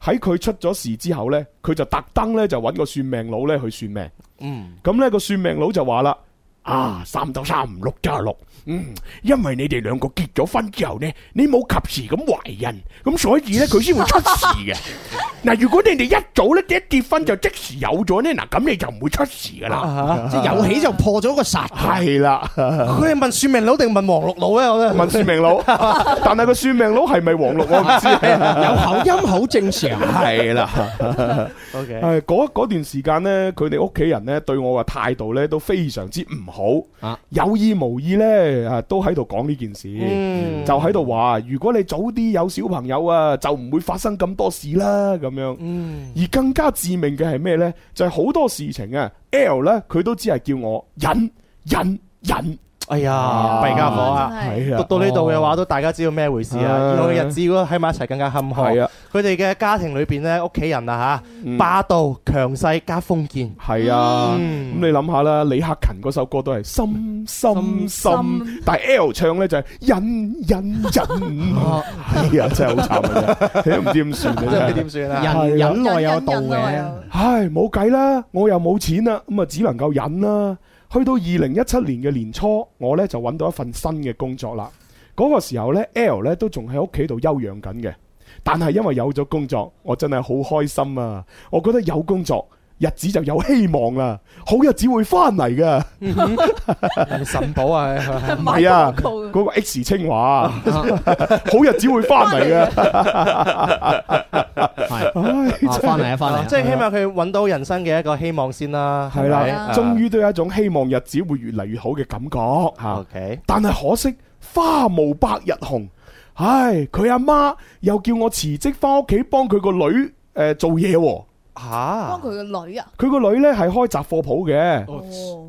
B: 喺佢出咗事之後呢，佢就特登呢就揾個算命佬呢去算命，
C: 嗯，
B: 咁呢個算命佬就話啦。啊，三到三唔六加六，嗯，因為你哋兩個結咗婚之後呢，你冇及時咁懷孕，咁所以呢，佢先會出事嘅。嗱，如果你哋一早呢，一結婚就即時有咗呢，嗱咁你就唔會出事噶
E: 啊
B: 啦，
E: 即係有喜就破咗個煞。[LAUGHS]
B: 係啦，
C: 佢係問算命佬定問黃六佬咧？我覺得
B: 問算命佬，但係個算命佬係咪黃六我唔知，
E: [LAUGHS] 有口音好正常。
B: 係啦。
C: OK
B: 誒嗰嗰段時間呢，佢哋屋企人呢對我嘅態度呢都非常之唔好，
C: 啊
B: 有意無意呢，啊都喺度講呢件事，
C: 嗯
B: 就喺度話如果你早啲有小朋友啊，就唔會發生咁多事啦咁樣。
C: 嗯
B: 而更加致命嘅係咩呢？就係、好多事情啊，L 呢，佢都只係叫我忍忍忍。
C: 哎呀，弊家伙啊！
B: 係啊
C: 讀到呢度嘅話，都大家知道咩回事啊！以後嘅日子如果喺埋一齊更加坎坷
B: 係啊。
C: 佢哋嘅家庭裏邊咧，屋企人啊嚇，霸道、強勢加封建。
B: 係啊，咁、
C: 嗯
B: 你諗下啦，李克勤嗰首歌都係心心心，但係 L 唱咧就係忍忍忍，係啊，真係好慘啊，真係都唔知點算啊，
C: 真係唔知點算啊
B: 係
E: 人忍耐有道嘅。
D: [LAUGHS]
B: 唉，冇計啦，我又冇錢啦，咁啊只能夠忍啦。去到二零一七年嘅年初，我呢就揾到一份新嘅工作啦。嗰、個時候呢 l 呢都仲喺屋企度休養緊嘅，但係因為有咗工作，我真係好開心啊！我覺得有工作。日子就有希望啦，好日子會翻嚟噶。
C: 神寶 [LAUGHS] 啊，
B: 唔係啊，嗰個 X 清華， [LAUGHS] 好日子會翻嚟
E: 係
B: 噶。
E: 啊翻嚟啊，翻嚟啊。
C: 即係希望佢揾到人生嘅一個希望先啦。
B: 係
C: 係咪
B: 啦
C: 啊，
B: 終於都有一種希望日子會越嚟越好嘅感覺嚇。
C: OK，
B: 但係可惜花無百日紅，唉，佢阿媽又叫我辭職翻屋企幫佢個女誒、呃做嘢喎、
C: 嚇
D: 幫佢
C: [LAUGHS]
D: 個女啊，
B: 佢個女呢係開雜貨鋪嘅，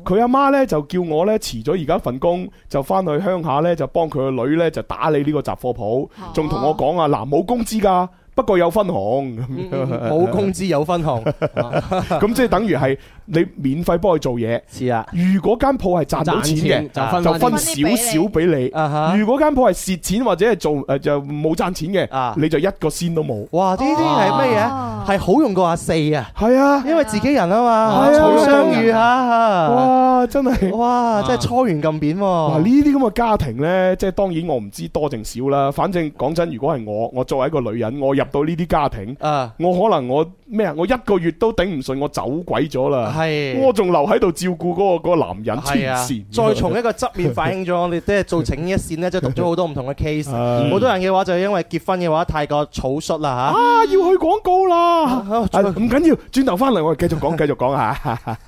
B: 佢阿媽呢就叫我呢辭咗而家份工，就翻去鄉下呢，就幫佢個女呢就打理呢個雜貨鋪，仲同我講啊嗱冇工資㗎，不過有分紅咁樣
C: 冇工資有分 [LAUGHS] 紅。
B: 咁即係等於係你免費幫佢做嘢。
C: 是啊，
B: 如果間鋪係賺到錢嘅，
E: 賺錢
B: 就
E: 就
B: 分
E: 分
B: 少少俾
C: 啊
B: 你；如果間鋪係蝕錢或者係做誒就冇賺錢嘅，你就一個仙都冇。
C: 哇！呢啲係乜嘢？
D: Ờ.
C: 係好用過阿四啊！
B: 係啊，
C: 因為自己人啊嘛，
B: 係啊
C: 草相遇嚇。
B: 哇！真係
C: 哇！真係搓圓撳扁
B: 嗱，呢
C: 喎。
B: 啲咁嘅家庭呢，即係當然我唔知多定少啦。反正講真，如果係我，我作為一個女人，我入到呢啲家庭，
C: 啊，
B: 我可能我咩啊，我一個月都頂唔順，我走鬼咗啦。
C: 係
B: 我仲留喺度照顧嗰個嗰個男人，
C: 係
B: 黐
C: 啊
B: 線。，
C: 再從一個側面反映咗我哋即係做情牽一線咧，即係讀咗好多唔同嘅 case。
B: 嗯
C: 好多人嘅話就係因為結婚嘅話太過草率啦嚇。
B: 啊，要去廣告啦！啊唔緊要，轉頭翻嚟我哋繼續講，繼續講啊 [LAUGHS] 嚇。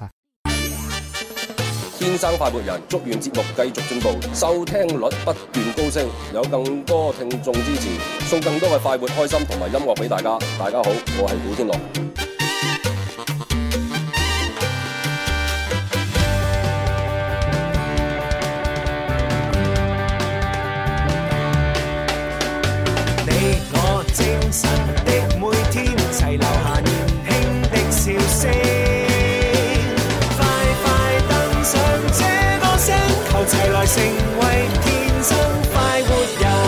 P: 天生快活人，祝願節目繼續進步，收聽率不斷高升，有更多聽眾支持，送更多嘅快活、開心同埋音樂俾大家。大家好，我係古天樂。
A: 你我精神的每天，齊留下年輕的笑聲。快快登上這歌聲，求齊來成為天生快活人。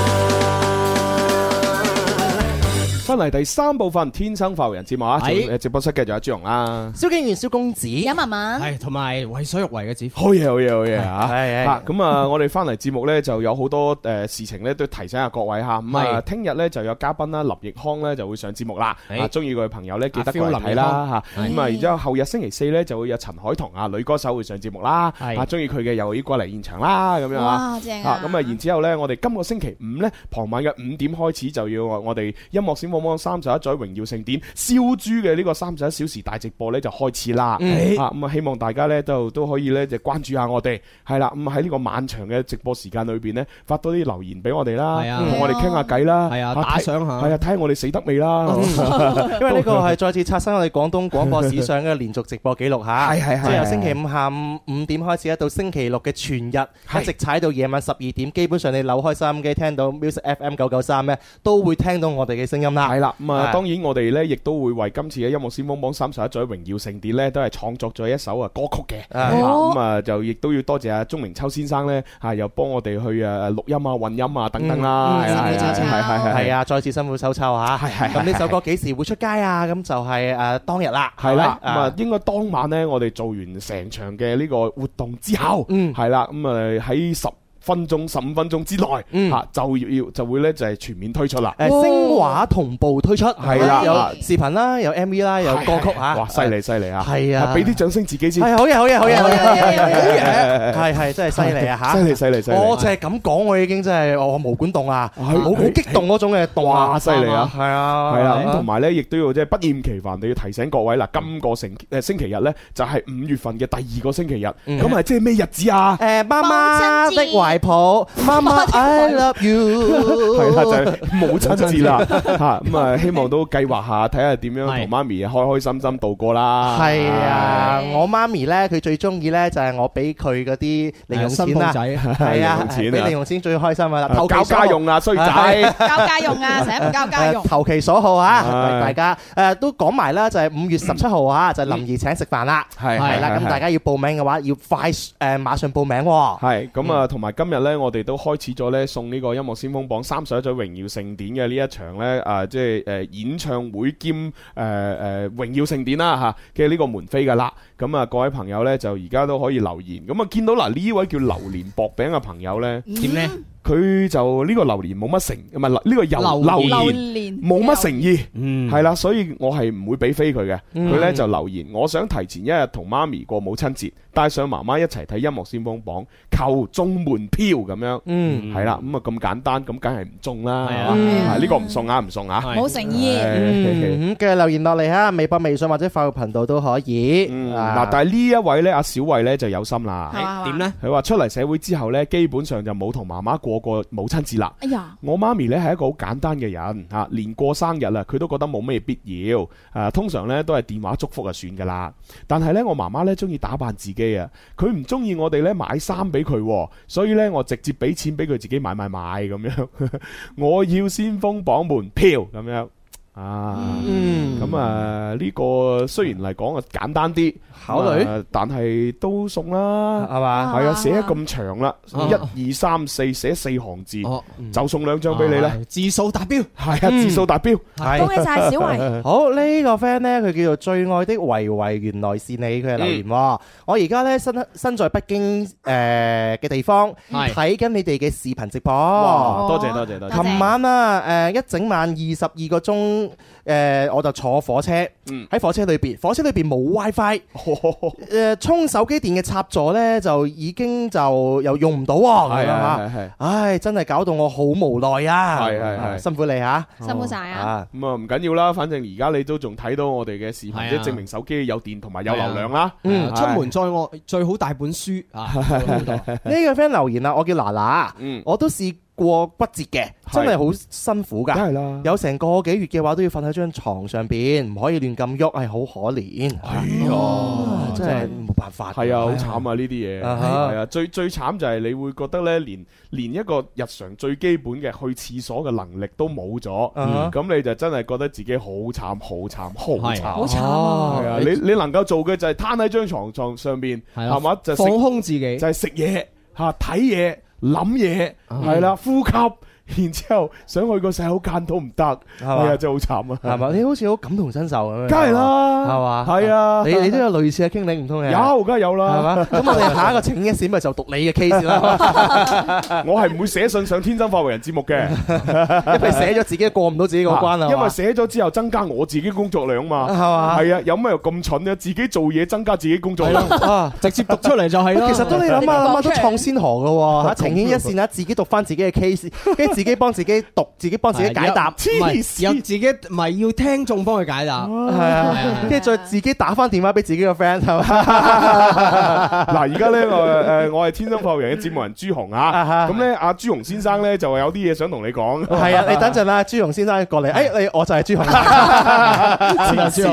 B: 翻嚟第三部分《天生發育人》節目啊，
E: 係
B: 仲誒直播室繼續有朱容啦。
C: 蕭敬元、蕭公子、
D: 尹文文，
E: 係同埋為所欲為嘅子
B: 好嘢，好嘢，好嘢嚇！
C: 係
B: 嚇咁啊，我哋翻嚟節目咧就有好多誒事情咧都提醒下各位嚇。咁啊，聽日咧就有嘉賓啦，林奕匡咧就會上節目啦。
E: 係
B: 啊，中意佢嘅朋友咧記得
E: 啊，feel
B: 過嚟睇啦嚇。
E: 林奕匡
B: 咁啊，然之後後日星期四咧就會有陳凱彤啊女歌手會上節目啦。
E: 係
B: 啊，中意佢嘅又要過嚟現場啦咁樣啊。
D: 哇正啊
B: 啊！咁啊，然之後咧，我哋今個星期五咧傍晚嘅五點開始就要我哋音樂閃放幫三十一載榮耀盛典燒豬嘅呢個三十一小時大直播咧就開始啦。
E: 嗯
B: 啊咁啊，希望大家咧都都可以咧就關注下我哋，係啦。咁喺呢個漫長嘅直播時間裏邊咧，發多啲留言俾我哋啦
E: 係啊，
B: 同我哋傾下偈啦，係啊
E: 打賞下
B: 係啊，睇下我哋死得未啦。
C: 因為呢個係再次刷新我哋廣東廣播史上嘅連續直播記錄嚇，
B: 係係係
C: 即係由星期五下午五點開始咧，到星期六嘅全日，一直踩到夜晚十二點，基本上你扭開收音機聽到 music FM 九九三咧，都會聽到我哋嘅聲音啦。
B: 係啦，咁啊，
C: 係
B: 當然我哋咧亦都會為今次嘅音樂先鋒榜三十一載榮耀盛典咧，都係創作咗一首啊歌曲嘅。啊
C: 哦
B: 咁啊，就亦都要多謝阿鍾明秋先生咧，啊又幫我哋去啊錄音啊、混音啊等等啦，係啦
C: 嗯
B: 係啦係係係
C: 係啊，再次辛苦秋秋嚇。咁呢首歌幾時會出街啊？咁就係誒當日啦，
B: 係啦，咁
C: 係咪
B: 啊，應該當晚咧，我哋做完成場嘅呢個活動之後，
C: 嗯
B: 係啦，咁啊喺十分鐘、十五分鐘之內，嚇就要就會咧就係全面推出啦。
C: 嗯誒聲畫同步推出，
B: 係啦
C: 有視頻啦，有 MV 啦，有歌曲嚇。
B: 哇，犀利犀利啊！
C: 係啊
B: 俾啲掌聲自己先。
C: 係好嘢，好嘢，好嘢，好嘢，好嘢，好
B: [LAUGHS]
C: 嘢，
B: 嘢
C: 係係真係犀利啊嚇！
B: 犀利犀利犀利哦
C: 我就係咁講，我已經真係我毛管動啊，好好激動嗰種嘅動啊！
B: 哇，犀利啊！
C: 係啊，
B: 係啦，咁同埋咧，亦都要即係不厭其煩地要提醒各位嗱，今個星誒星期日咧就係五月份嘅第二個星期日，咁係即係咩日子
C: [LAUGHS]
B: 啊？
C: 誒媽媽的懷抱，媽媽 I love you，
B: 係啦，就係母親
C: [LAUGHS]
B: 節啦，吓咁啊，希望都計劃下，睇下點樣同媽咪開開心心度過啦。
C: 係啊，我媽咪咧，佢最中意咧就係我俾佢嗰啲零用
B: 誒啊
C: 錢啦，
B: 新抱仔
C: 係啊，
B: 零用錢啊
C: 俾零用錢最開心啊！
B: 啊
C: 投其
B: 交
C: 所
B: 家
C: 好
B: 用啊衰仔
C: [LAUGHS] 係
D: 交家用啊，成日唔交家用
C: 誒。投其所好
B: 係
C: 啊！大家誒都講埋啦，就係五月十七號啊，就係林怡請食飯啦，
B: 係係
C: 係啦，
B: 係
C: 咁大家要報名嘅話，要快誒馬上報名喎。
B: 係咁啊，同埋今日呢，我哋都開始咗呢送呢個音樂先鋒榜三十一載榮耀盛典嘅呢一場呢，啊，即係誒演唱會兼誒誒榮耀盛典啦嚇嘅呢個門飛噶啦。咁啊，各位朋友呢，就而家都可以留言。咁啊，見到嗱呢位叫榴蓮薄餅嘅朋友呢，
E: 點呢？
B: 佢就呢個榴蓮冇乜誠，唔係呢個
E: 榴
B: 油榴
E: 榴
B: 蓮。
D: 蓮
B: 冇乜誠意，係啦，所以我係唔會俾飛佢嘅。
E: 嗯
B: 佢呢就留言，我想提前一日同媽咪過母親節，帶上媽媽一齊睇音樂先鋒榜，求中門票咁樣。
C: 嗯，
B: 係啦，咁啊咁簡單，咁梗係唔中
E: 係
B: 啦。
E: 啊
B: 係嘛
E: 嗯
B: 啊呢個唔送啊，唔送啊，
D: 冇誠意
B: 唉
C: 嗯，繼續留言落嚟嚇，微博、微信或者快活頻道都可以。啊
B: 嗱，但係呢一位呢，阿小慧呢就有心啦。
D: 係
E: 點呢？
B: 佢話出嚟社會之後呢，基本上就冇同媽媽過過母親節啦。
D: 哎呀，
B: 我媽咪呢係一個好簡單嘅人嚇，連過生日啦，佢都覺得冇咩必要。誒、通常呢都係電話祝福就算噶啦。但係呢，我媽媽呢中意打扮自己啊，佢唔中意我哋呢買衫俾佢喎，所以呢，我直接俾錢俾佢自己買買買咁樣。 [LAUGHS] 我要先鋒榜門票咁樣。啊，
C: 嗯
B: 咁啊呢個雖然嚟講啊簡單啲
C: 考慮
B: 啊但係都送啦，
C: 係嘛
B: 係啊，寫得咁長啦，
C: 啊
B: 一二三四寫四行字，就送兩張俾你啦，
E: 字數達標，
B: 係啊，字數達標，
C: 係
D: 恭喜晒小
C: [LAUGHS]
D: 維
C: 好呢個 friend 呢，佢叫做最愛的維維，原來是你。佢係留言喎，我而家呢，身身在北京誒嘅、地方，
B: 係
C: 睇緊你哋嘅視頻直播。
B: 哦哇多謝多謝多謝
C: 琴晚啊，誒、一整晚二十二個鐘，誒、我就坐火車，喺、火車裏邊，火車裏邊冇 WiFi，誒呃充手機電嘅插座呢，就已經就又用唔到喎，咁樣
B: 係
C: 嚇
B: 係係。
C: 唉，真係搞到我好無奈啊！
B: 係係係
C: 辛苦你嚇，
D: 辛苦晒啊！
B: 咁啊唔緊要啦，反正而家你都仲睇到我哋嘅視
E: 係啊
B: 頻，即係證明手機有電同埋有流量啦。
E: 嗯，
B: 係啊
E: 出門在外最好帶本書啊！
C: 呢個 friend 留言啦，啊我叫娜娜，
B: 嗯
C: 我都試過骨折嘅，真係好辛苦噶，有成個幾月嘅話都要瞓喺張床上邊，唔可以亂咁喐，係好可憐。
B: 哎
C: 係啊，真係冇辦法。
B: 係啊，好慘啊！呢啲嘢
C: 啊哈
B: 係啊，最最慘就係你會覺得呢，連連一個日常最基本嘅去廁所嘅能力都冇咗，嗯
C: 啊哈
B: 咁你就真係覺得自己好慘、好慘、好慘、
D: 好慘啊
B: 係啊！你你能夠做嘅就係攤喺張床床上邊，係啊嘛？就食
E: 放空自己
C: 啊
B: 就係食嘢嚇、睇嘢、諗嘢，係啦，呼吸。然之後想去個洗手間都唔得，
C: 嘛
B: 係啊，真係好慘啊！
C: 係嘛？你好似好感同身受咁樣，
B: 梗係啦
C: 係嘛？
B: 係啊
C: 你你都有類似嘅經歷唔通你？
B: 有梗係有啦
C: 係 [LAUGHS] 嘛？咁我哋下一個請一閃咪就讀你嘅 case 啦， [LAUGHS]
B: 我係唔會寫信上《天生化為人》節目嘅，因
C: 為寫咗自己過唔到自己個關啊啦
B: 因為寫咗之後增加我自己工作量嘛，
C: 係嘛
B: 係啊，有咩咁蠢咧？自己做嘢增加自己工作量，
C: 啊，
B: 直接讀出嚟就係
C: [LAUGHS] 其實都你諗下諗下都創先河噶 [LAUGHS] 喎，嚇情牽一線啦，啊自己讀翻自己嘅 case，跟 [LAUGHS] 住自己幫自己讀，自己幫自己解答，
E: 唔係有自己唔係要聽眾幫佢解答，
C: [LAUGHS] 係啊，跟住再自己打翻電話俾自己個 friend 係嘛？
B: 嗱，而家咧我呃誒我係天生發育人嘅節目人朱紅啊，咁咧阿朱紅先生咧就有啲嘢想同你講。
C: [LAUGHS] 係 [LAUGHS] 啊，你等陣啦，朱紅先生過嚟，誒你我就係朱 [LAUGHS] 啊紅啦，
B: 黐線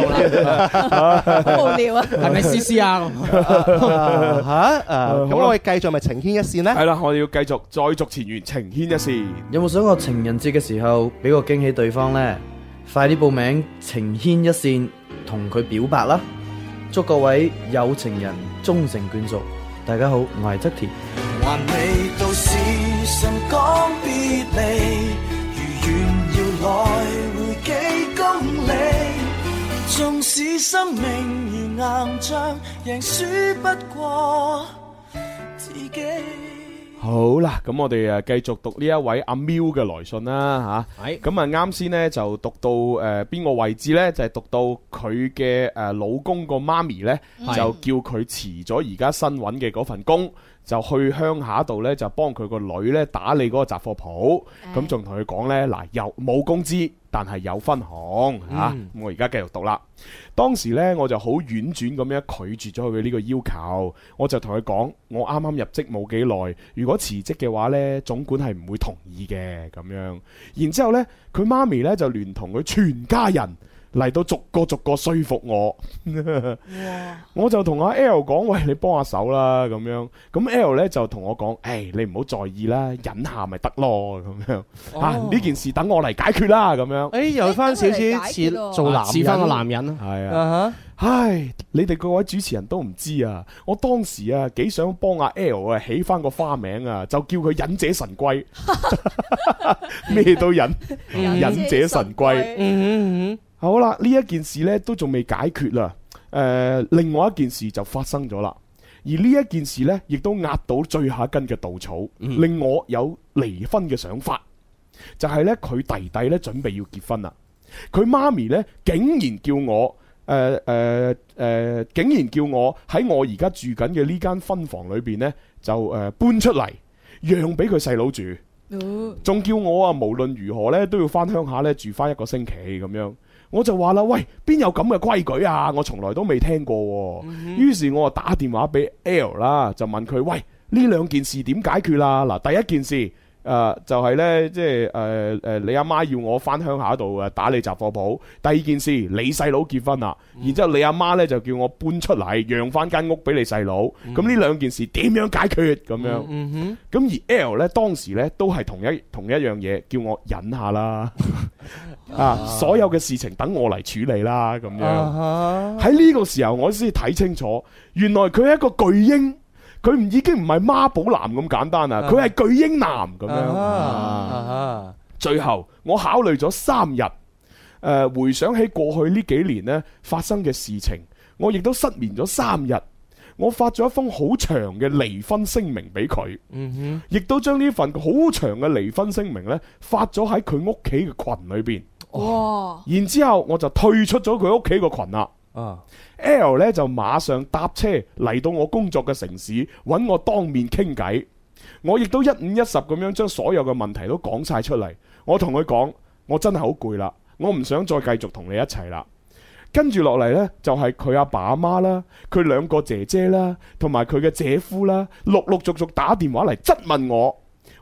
D: 好無聊啊！
E: 係咪 C C 啊？
C: 嚇啊咁我哋繼續咪情牽一線咧？
B: 係啦，我哋要繼續再續前緣，情牽一線。
J: 有冇想過情人節嘅時候俾個驚喜對方呢？快啲報名情牽一線，同佢表白啦！祝各位有情人終成眷屬。大家好，我係側田。
O: 還未到時辰講別離，如願要來回幾公里。縱使生命如硬仗，贏輸不過自己。
B: 好啦，咁我哋誒繼續讀呢一位阿 Miu 嘅來信啦吓，咁啊啱先呢就讀到誒邊個位置呢？就係讀到佢嘅誒老公個媽咪呢，就
Q: 係
B: 叫佢辭咗而家新揾嘅嗰份工，就去鄉下度呢，就幫佢個女呢打理嗰個雜貨鋪，咁仲同佢講呢，嗱又冇工資，但係有分紅吓。啊
Q: 嗯
B: 咁我而家繼續讀啦。當時呢，我就好婉轉咁樣拒絕咗佢呢個要求，我就同佢講：我啱啱入職冇幾耐，如果辭職嘅話呢，總管係唔會同意嘅咁樣。然之後呢，佢媽咪呢就聯同佢全家人嚟到逐個逐個說服我。 [LAUGHS] 我就同阿 L 講：喂，你幫下手啦咁樣。咁 L 呢就同我講：誒，你唔好在意啦，忍下咪得咯咁樣。
C: 哦
B: 啊，呢件事等我嚟解決啦咁樣。
C: 誒又翻少少啊似做男人，
B: 似返個男人係
C: 啊
B: 啊，唉，你哋各位主持人都唔知啊，我當時啊幾想幫阿 L 啊起翻個花名啊，就叫佢忍者神龜， [LAUGHS] 咩都忍，
D: Dạ,
Q: 嗯
B: 忍者神龜。
C: 嗯
B: 好啦，呢一件事呢都仲未解決啦，诶、另外一件事就發生咗啦。而呢一件事呢，亦都壓到最下一根嘅稻草，令我有離婚嘅想法。就係呢，佢弟弟呢準備要結婚啦，佢媽咪呢竟然叫我。誒誒誒，竟然叫我喺我而家住緊嘅呢間婚房裏邊呢，就誒、呃搬出嚟，讓俾佢細佬住。仲叫我啊，無論如何咧都要翻鄉下咧住翻一個星期咁樣。我就話啦，喂，邊有咁嘅規矩啊？我從來都未聽過、喎。於是我啊打電話俾 L 啦，就問佢，喂，呢兩件事點解決啦、嗱，第一件事誒、呃就係、呢，即係誒誒，你阿媽要我翻鄉下度誒打理雜貨鋪。第二件事，你細佬結婚啦，然之後你阿媽呢，就叫我搬出嚟，讓翻間屋俾你細佬。咁呢兩件事點樣解決咁樣？
C: 嗯
B: 咁而 L 咧當時咧都係同一同一樣嘢，叫我忍下啦，啊，所有嘅事情等我嚟處理啦，咁
C: 哼，
B: 樣
C: 啊
B: 喺呢個時候我先睇清楚，原來佢係一個巨嬰，佢唔已經唔係媽寶男咁簡單啦，佢係巨嬰男咁樣。
C: 啊
B: 最後我考慮咗三日，誒、呃回想起過去呢幾年呢發生嘅事情，我亦都失眠咗三日。我發咗一封好長嘅離婚聲明俾佢，
C: 嗯
B: 亦都將呢份好長嘅離婚聲明呢發咗喺佢屋企嘅群裏邊。
D: 哇！
B: 然之後我就退出咗佢屋企個群啦。
C: 啊
B: L 呢就馬上搭車嚟到我工作嘅城市，揾我當面傾偈。我亦都一五一十咁樣將所有嘅問題都講晒出嚟。我同佢講，我真係好攰啦，我唔想再繼續同你一齊啦。跟住落嚟呢，就係佢阿爸阿媽啦，佢兩個姐姐啦，同埋佢嘅姐夫啦，陸陸續續打電話嚟質問我，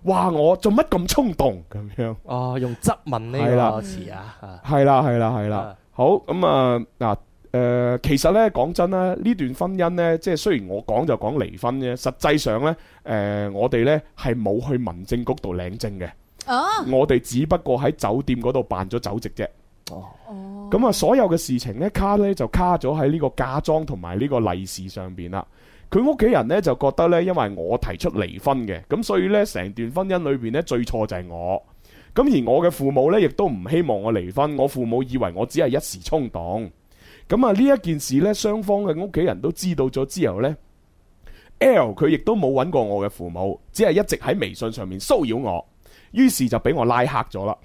B: 話我做乜咁衝動咁樣。
C: 哦，用質問呢
B: 係啦
C: 個詞啊，
B: 係啦，係啦，係啦。好咁啊，嗱，誒，其實呢，講真啦，呢段婚姻呢，即係雖然我講就講離婚啫，實際上呢，誒、我哋呢係冇去民政局度領證嘅，
D: 啊！
B: 我哋只不過喺酒店嗰度辦咗酒席啫。哦，咁啊，所有嘅事情呢，卡呢就卡咗喺呢個嫁妝同埋呢個利是上邊啦。佢屋企人呢就覺得呢，因為我提出離婚嘅，咁所以呢，成段婚姻裏邊呢，最錯就係我。咁而我嘅父母呢，亦都唔希望我離婚，我父母以為我只係一時衝動。咁啊，呢一件事呢，雙方嘅屋企人都知道咗之後呢。L 佢亦都冇揾過我嘅父母，只係一直喺微信上面騷擾我，於是就俾我拉黑咗啦。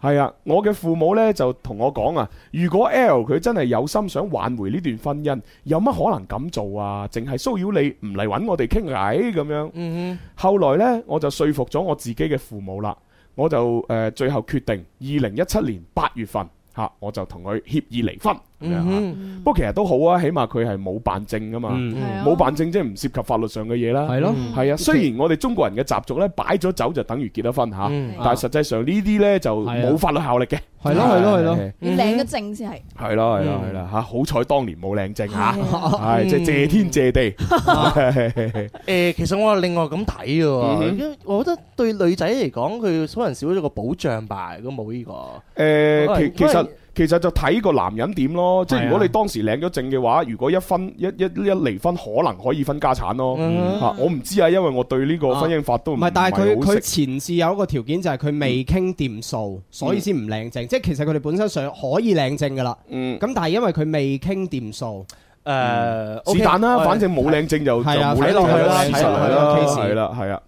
B: 係啊，我嘅父母呢就同我講啊，如果 L 佢真係有心想挽回呢段婚姻，有乜可能咁做啊？淨係騷擾你，唔嚟揾我哋傾偈咁樣。嗯、後來呢，我就說服咗我自己嘅父母啦，我就誒、呃最後決定二零一七年八月份嚇、我就同佢協議離婚。咁樣嚇不過其實都好啊，起碼佢係冇辦證噶嘛，
C: Ừ.
R: 嗯
B: 冇辦證即係唔涉及法律上嘅嘢啦。係
R: 咯
B: 係啊。雖然我哋中國人嘅習俗咧，擺咗酒就等於結咗婚嚇
R: 嗯，
B: 但係實際上呢啲咧就冇法律效力嘅。
E: 係咯係咯係咯
D: 要領咗證先係。
B: 係咯係咯係啦嚇，好彩當年冇領證嚇，
C: 啊
B: 係即係謝天謝
E: [LAUGHS]
B: 地。
C: 誒，其實我係另外咁睇嘅
B: 嗯
C: 喎，
B: 哼
C: 因為我覺得對女仔嚟講，佢可能少咗個保障吧。如果冇呢個，
B: [LAUGHS] 誒，其其
C: 可能
B: 實。其實就睇個男人點咯，即係如果你當時領咗證嘅話，如果一分一一一離婚，可能可以分家產咯。
E: 嗯
B: 嚇，我唔知啊，因為我對呢個婚姻法都唔
E: 唔係，但係佢
B: 係
E: 佢
B: 好識
E: 前置有一個條件就係佢未傾掂數，所以先唔領證。即係其實佢哋本身想可以領證噶啦，
B: 咁
E: 但係因為佢未傾掂數，
C: 誒
B: 是但啦，反正冇領證就就
E: 係啊
B: 冇領
E: 睇落去啦
B: 證
E: 睇落去啦
B: 啦，
E: case
B: 係啦， [COUGHS] 係啊。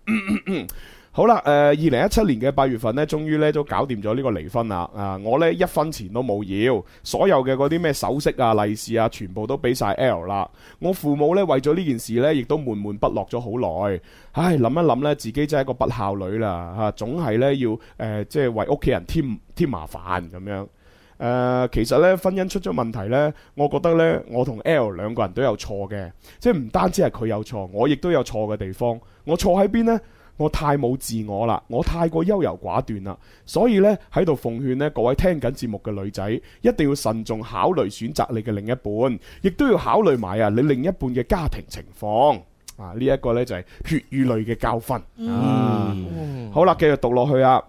B: 好啦，誒，呃二零一七年嘅八月份呢，終於呢都搞掂咗呢個離婚啦。啊，我呢一分錢都冇要，所有嘅嗰啲咩首飾啊、利是啊，全部都俾晒 L 啦。我父母呢，為咗呢件事呢，亦都悶悶不樂咗好耐。唉，諗一諗呢，自己真係一個不孝女啦，嚇、總係呢要誒、呃即係為屋企人添添麻煩咁樣。誒、其實咧婚姻出咗問題咧，我覺得咧，我同 L 兩個人都有錯嘅，即係唔單止係佢有錯，我亦都有錯嘅地方。我錯喺邊呢？我太冇自我啦，我太過優柔寡斷啦，所以呢，喺度奉勸呢各位聽緊節目嘅女仔，一定要慎重考慮選擇你嘅另一半，亦都要考慮埋啊你另一半嘅家庭情況啊，呢、一個呢，就係血與淚嘅教訓。啊好啦，繼續讀落去啊。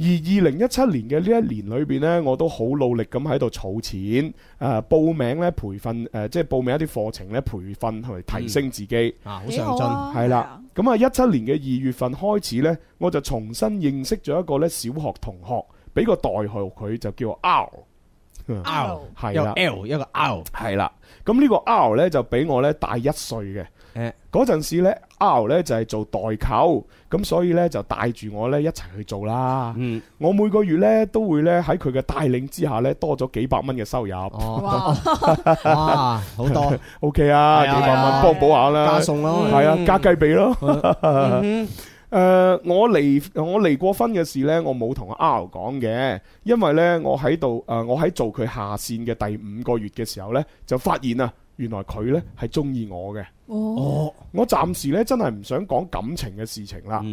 B: 而二零一七年嘅呢一年裏邊呢，我都好努力咁喺度儲錢，誒、啊報名呢培訓，誒、即係報名一啲課程呢培訓去提升自己，
E: 啊好上進幾好啊
B: 嗯係啦。咁啊，一七年嘅二月份開始呢，我就重新認識咗一個呢小學同學，俾個代號佢就叫 R。
E: R，
B: 係
E: 有
B: 啦
E: L 一個 R，
B: [LAUGHS] 係啦。咁呢個 R 呢，就比我呢大一歲嘅。
E: 誒
B: 嗰陣時呢 R 呢就係做代購，咁所以呢就帶住我呢一齊去做啦。
E: 嗯
B: 我每個月呢都會呢喺佢嘅帶領之下呢多咗幾百蚊嘅收入。
E: 哦哇，好多
B: OK 啊，
E: 係啊
B: 幾百
E: 係啊
B: 蚊幫補下啦，
E: 加餸咯
B: 係啊，
E: 嗯
B: 加雞髀咯。
E: [LAUGHS] 嗯
B: [LAUGHS] 誒、我離我離過婚嘅事呢，我冇同阿 R 講嘅，因為呢，我喺度誒，我喺做佢下線嘅第五個月嘅時候呢，就發現啊，原來佢呢係中意我嘅。
E: 哦，
B: 我暫時呢真係唔想講感情嘅事情啦。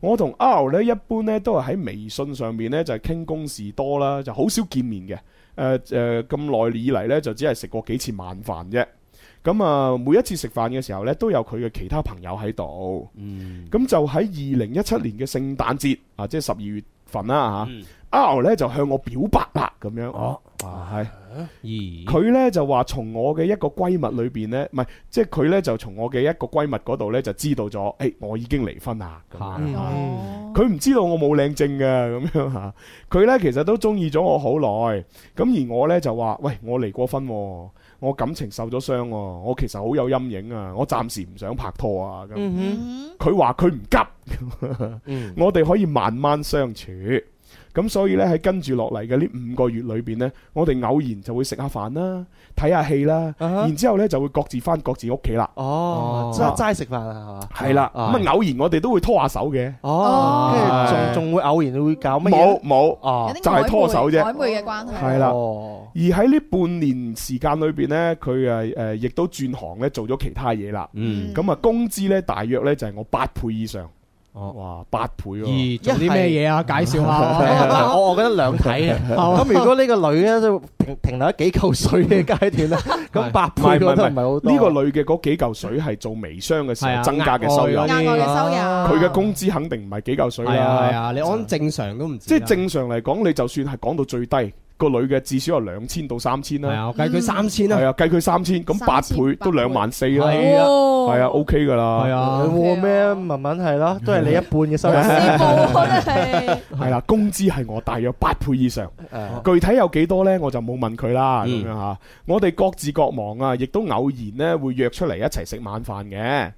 B: 我同 R 呢一般呢都係喺微信上面呢就係傾公事多啦，就好少見面嘅。誒誒咁耐以嚟呢，就只係食過幾次晚飯啫。咁啊，每一次食飯嘅時候呢，都有佢嘅其他朋友喺度。咁就喺二零一七年嘅聖誕節啊，即係十二月份啦嚇。R 咧就向我表白啦，咁樣哦，啊係。佢呢就話從我嘅一個閨蜜裏邊呢，唔係即係佢呢就從我嘅一個閨蜜嗰度呢，就知道咗，誒、我已經離婚啦。咁樣
C: 嗯
B: 佢唔知道我冇領證嘅咁樣嚇，佢呢其實都中意咗我好耐，咁而我呢就話：喂，我離過婚喎，我感情受咗傷喎，我其實好有陰影啊，我暫時唔想拍拖啊咁。
C: 嗯
B: 佢話佢唔急，我哋可以慢慢相處。咁所以呢，喺跟住落嚟嘅呢五個月裏邊呢，我哋偶然就會食下飯啦，睇下戲啦，
C: 啊
B: 然之後呢就會各自翻各自屋企啦。
C: 哦，齋齋食飯啊，係嘛？
B: 係啦，咁
C: 啊
B: 啊偶然我哋都會拖下手嘅。
C: 哦，跟住仲仲會偶然會搞乜嘢？
B: 冇冇，就係拖手啫。
D: 曖昧嘅關係。
B: 係啦，而喺呢半年時間裏邊呢，佢誒誒亦都轉行咧，做咗其他嘢啦。
E: 嗯
B: 咁啊工資呢，大約呢就係我八倍以上。
E: 哦
B: 哇，八倍喎！
E: 做啲咩嘢啊？介紹
B: [LAUGHS]
E: 下。
C: 我我覺得兩睇啊。咁如果呢個女咧都停停留喺幾嚿水嘅階段咧，咁八倍我覺得唔係好多。
B: 呢個女嘅嗰幾嚿水係做微商嘅時
E: 係啊
B: 候增加嘅收入，
E: 額外嘅收入
B: 佢嘅工資肯定唔係幾嚿水
E: 係啊係啊，啊
B: 啦。
E: 你按正常都唔知
B: 即
E: 啦。
B: 係正常嚟講，你就算係講到最低，個女嘅至少有兩千到三千啦。係啊，
E: 計佢3000啦
B: 係啊，計佢三千，咁八倍都兩萬四啦。
E: 係啊哇
B: 係啊，OK 噶啦。係
C: 啊，咩文文係咯，都係你一半嘅收入。
B: 係啦，工資係我大約八倍以上，具體有幾多呢？我就冇問佢啦，咁樣吓。我哋各自各忙啊，亦都偶然呢會約出嚟一齊食晚飯嘅，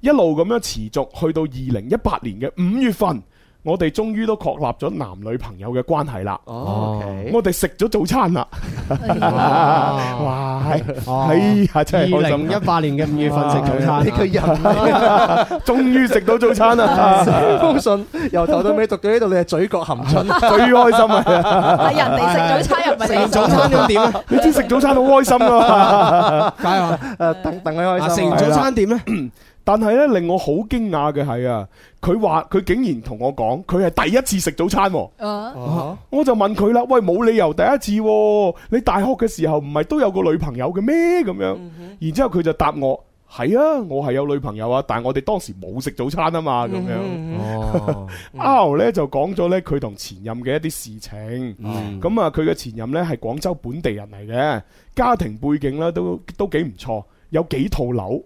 B: 一路咁樣持續去到二零一八年嘅五月份。我哋終於都確立咗男女朋友嘅關係啦。
C: 哦，OK
B: 我哋食咗早餐啦。 [LAUGHS] 哇，係
E: 哦
B: 係啊，真係開心。
E: 2018年嘅五月份食早
B: [LAUGHS]
E: 餐啊
B: 你個人終於食到早餐啦。 [LAUGHS]
C: 封信由頭到尾讀到呢度，你係嘴角含春，
B: 最開心啊！
D: 人哋食早餐又唔係你食早
E: 餐咁點啊？
B: 你知食早餐好開心啊！
E: 梗係啦，
C: 誒等等佢開
B: 啊
C: 心。
B: 食完早餐
E: 點咧？
B: 但係咧，令我好驚訝嘅係啊，佢話佢竟然同我講，佢係第一次食早餐喎。
C: 啊
B: 我就問佢啦，喂，冇理由第一次喎，你大學嘅時候唔係都有個女朋友嘅咩？咁樣，然之後佢就答我。係啊，我係有女朋友啊，但係我哋當時冇食早餐啊嘛，咁樣。嗯 [LAUGHS]
E: 哦
B: R 咧就講咗咧佢同前任嘅一啲事情，
E: 嗯
B: 咁啊佢嘅前任咧係廣州本地人嚟嘅，家庭背景咧都都幾唔錯，有幾套樓。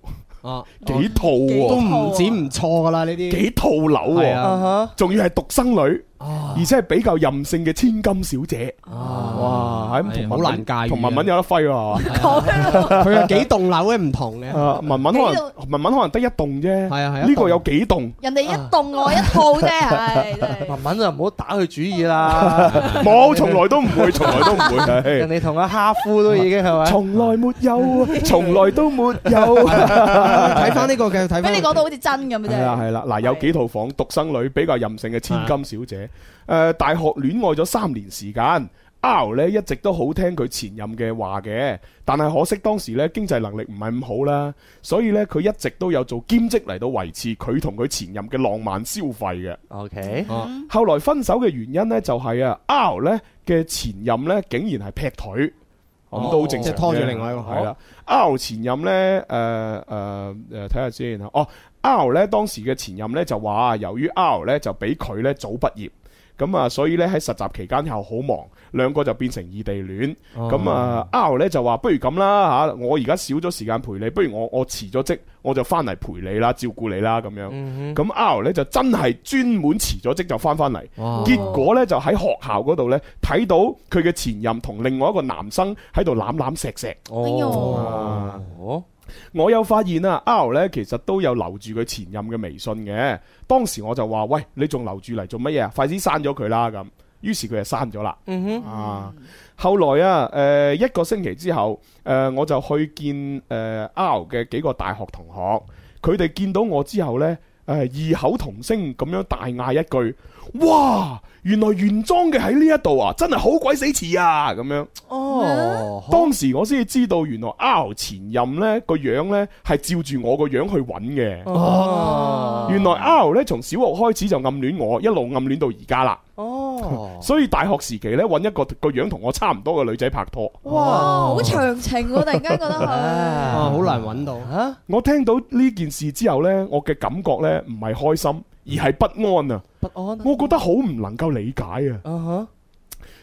E: 啊，
B: 哦幾套喎
E: 都唔止唔錯噶啦呢啲，
B: 幾套樓
E: 係啊
B: 喎，仲要係獨生女，而且係比較任性嘅千金小姐。哇，係咁同
E: 好
B: 文文
E: 難駕馭
B: 同文文有得揮喎， [LAUGHS]
E: 佢有幾棟樓咧唔同嘅，
B: 啊文文可能文文可能得一棟啫，係啊
E: 係啊
B: 呢個有幾棟？
D: 人哋一棟我一套啫，係真係
C: 文文就唔好打佢主意啦。
B: 冇，從來都唔會，從來都唔會。 [LAUGHS] 唉
C: 人哋同阿哈夫都已經係咪？
B: 從來沒有，從來都沒有。
E: 睇翻呢個嘅，睇
D: 俾
E: 翻
D: 你講到好似真咁嘅
B: 係啦
D: 啫。
B: 係啦，嗱有幾套房，獨生女比較任性嘅千金小姐，誒大學戀愛咗三年時間。R 咧一直都好聽佢前任嘅話嘅，但係可惜當時咧經濟能力唔係咁好啦，所以咧佢一直都有做兼職嚟到維持佢同佢前任嘅浪漫消費嘅。
C: OK，
B: 後來分手嘅原因咧就係啊 R 咧嘅前任咧竟然係劈腿。咁都好正常嘅，
E: 即係拖住另外一個
B: 係啦。R 前任咧，誒誒誒，睇下先哦，R 咧當時嘅前任咧就話，啊由於 R 咧就比佢咧早畢業，咁啊，所以咧喺實習期間又好忙，兩個就變成異地戀。
P: 哦
B: 咁啊，R 咧就話不如咁啦嚇，我而家少咗時間陪你，不如我我辭咗職，我就翻嚟陪你啦，照顧你啦咁樣。
C: 嗯
B: 咁 R 咧就真係專門辭咗職就翻翻嚟，結果咧就喺學校嗰度咧睇到佢嘅前任同另外一個男生喺度攬攬錫錫。哦，我有發現啊，R 咧其實都有留住佢前任嘅微信嘅。當時我就話：喂，你仲留住嚟做乜嘢啊？快啲刪咗佢啦咁。於是佢就刪咗啦。
C: 嗯
B: 啊，後來啊，誒、一個星期之後，誒、呃我就去見誒、R 嘅幾個大學同學，佢哋見到我之後呢，誒、呃異口同聲咁樣大嗌一句：哇！原來原裝嘅喺呢一度啊，真係好鬼死似啊！咁樣。
C: 哦，
B: 當時我先至知道，原來 R 前任呢個樣呢係照住我個樣去揾嘅。
C: 哦，
B: 原來 R 呢從小學開始就暗戀我，一路暗戀到而家啦。
C: 哦，
B: 所以大學時期呢，揾一個個樣同我差唔多嘅女仔拍拖。
D: 哇，好長情喎！突然間覺得佢
E: 啊好難揾到啊！
B: 我聽到呢件事之後呢，我嘅感覺呢唔係開心，而係不安啊！
C: 不安，
B: 我覺得好唔能夠理解啊！
C: 啊哈，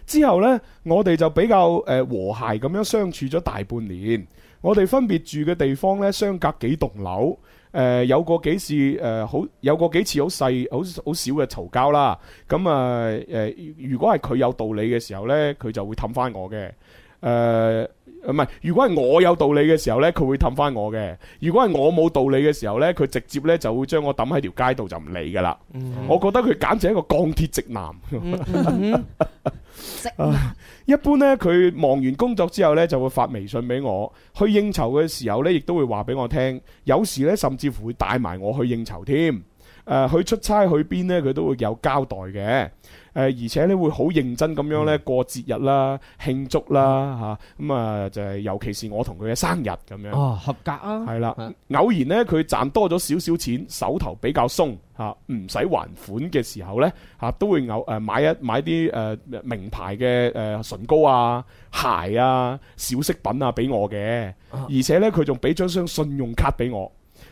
B: 之後呢，我哋就比較誒、呃和諧咁樣相處咗大半年。我哋分別住嘅地方呢，相隔幾棟樓。誒、有過幾次誒、呃好有過幾次好細好好少嘅嘈交啦。咁啊誒，如果係佢有道理嘅時候呢，佢就會氹翻我嘅。誒唔係，如果係我有道理嘅時候呢，佢會氹翻我嘅；如果係我冇道理嘅時候呢，佢直接呢就會將我抌喺條街度就唔理噶啦。我覺得佢簡直係一個鋼鐵直男。啊一般呢，佢忙完工作之後呢，就會發微信俾我。去應酬嘅時候呢，亦都會話俾我聽。有時呢，甚至乎會帶埋我去應酬添。誒、去出差去邊呢，佢都會有交代嘅。誒、而且呢，會好認真咁樣呢過節日啦、慶祝啦嚇。咁啊，就係、尤其是我同佢嘅生日咁樣。
E: 哦，合格啊！
B: 係啦，偶然呢，佢賺多咗少少錢，手頭比較鬆嚇，唔使還款嘅時候呢，嚇都會偶誒買一買啲誒名牌嘅誒唇膏啊、鞋啊、小飾品啊俾我嘅，而且呢，佢仲俾張張信用卡俾我，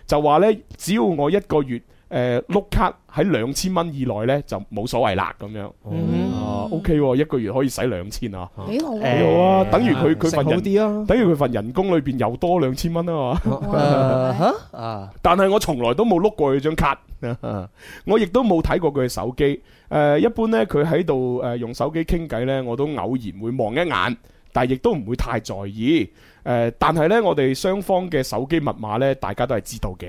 B: 就話呢，只要我
E: 嗯
C: 嗯
B: 一個月誒碌卡喺兩千蚊以內呢，就冇所謂啦咁樣。啊，OK 喎，一個月可以使兩千啊，
C: [LAUGHS]
D: 幾好啊
E: 哎
B: 幾好啊，等於佢佢
E: 食好
B: 份人
E: 啲啊
B: 等於佢份人工裏邊又多兩千蚊啊
C: 哇
B: 嘛。
C: Uh-huh
B: 啊！但係我從來都冇碌過佢張 [LAUGHS] 卡，我亦都冇睇過佢嘅手機。誒、一般呢，佢喺度誒用手機傾偈呢，我都偶然會望一眼，但係亦都唔會太在意。誒、但係呢，我哋雙方嘅手機密碼呢，大家都係知道嘅。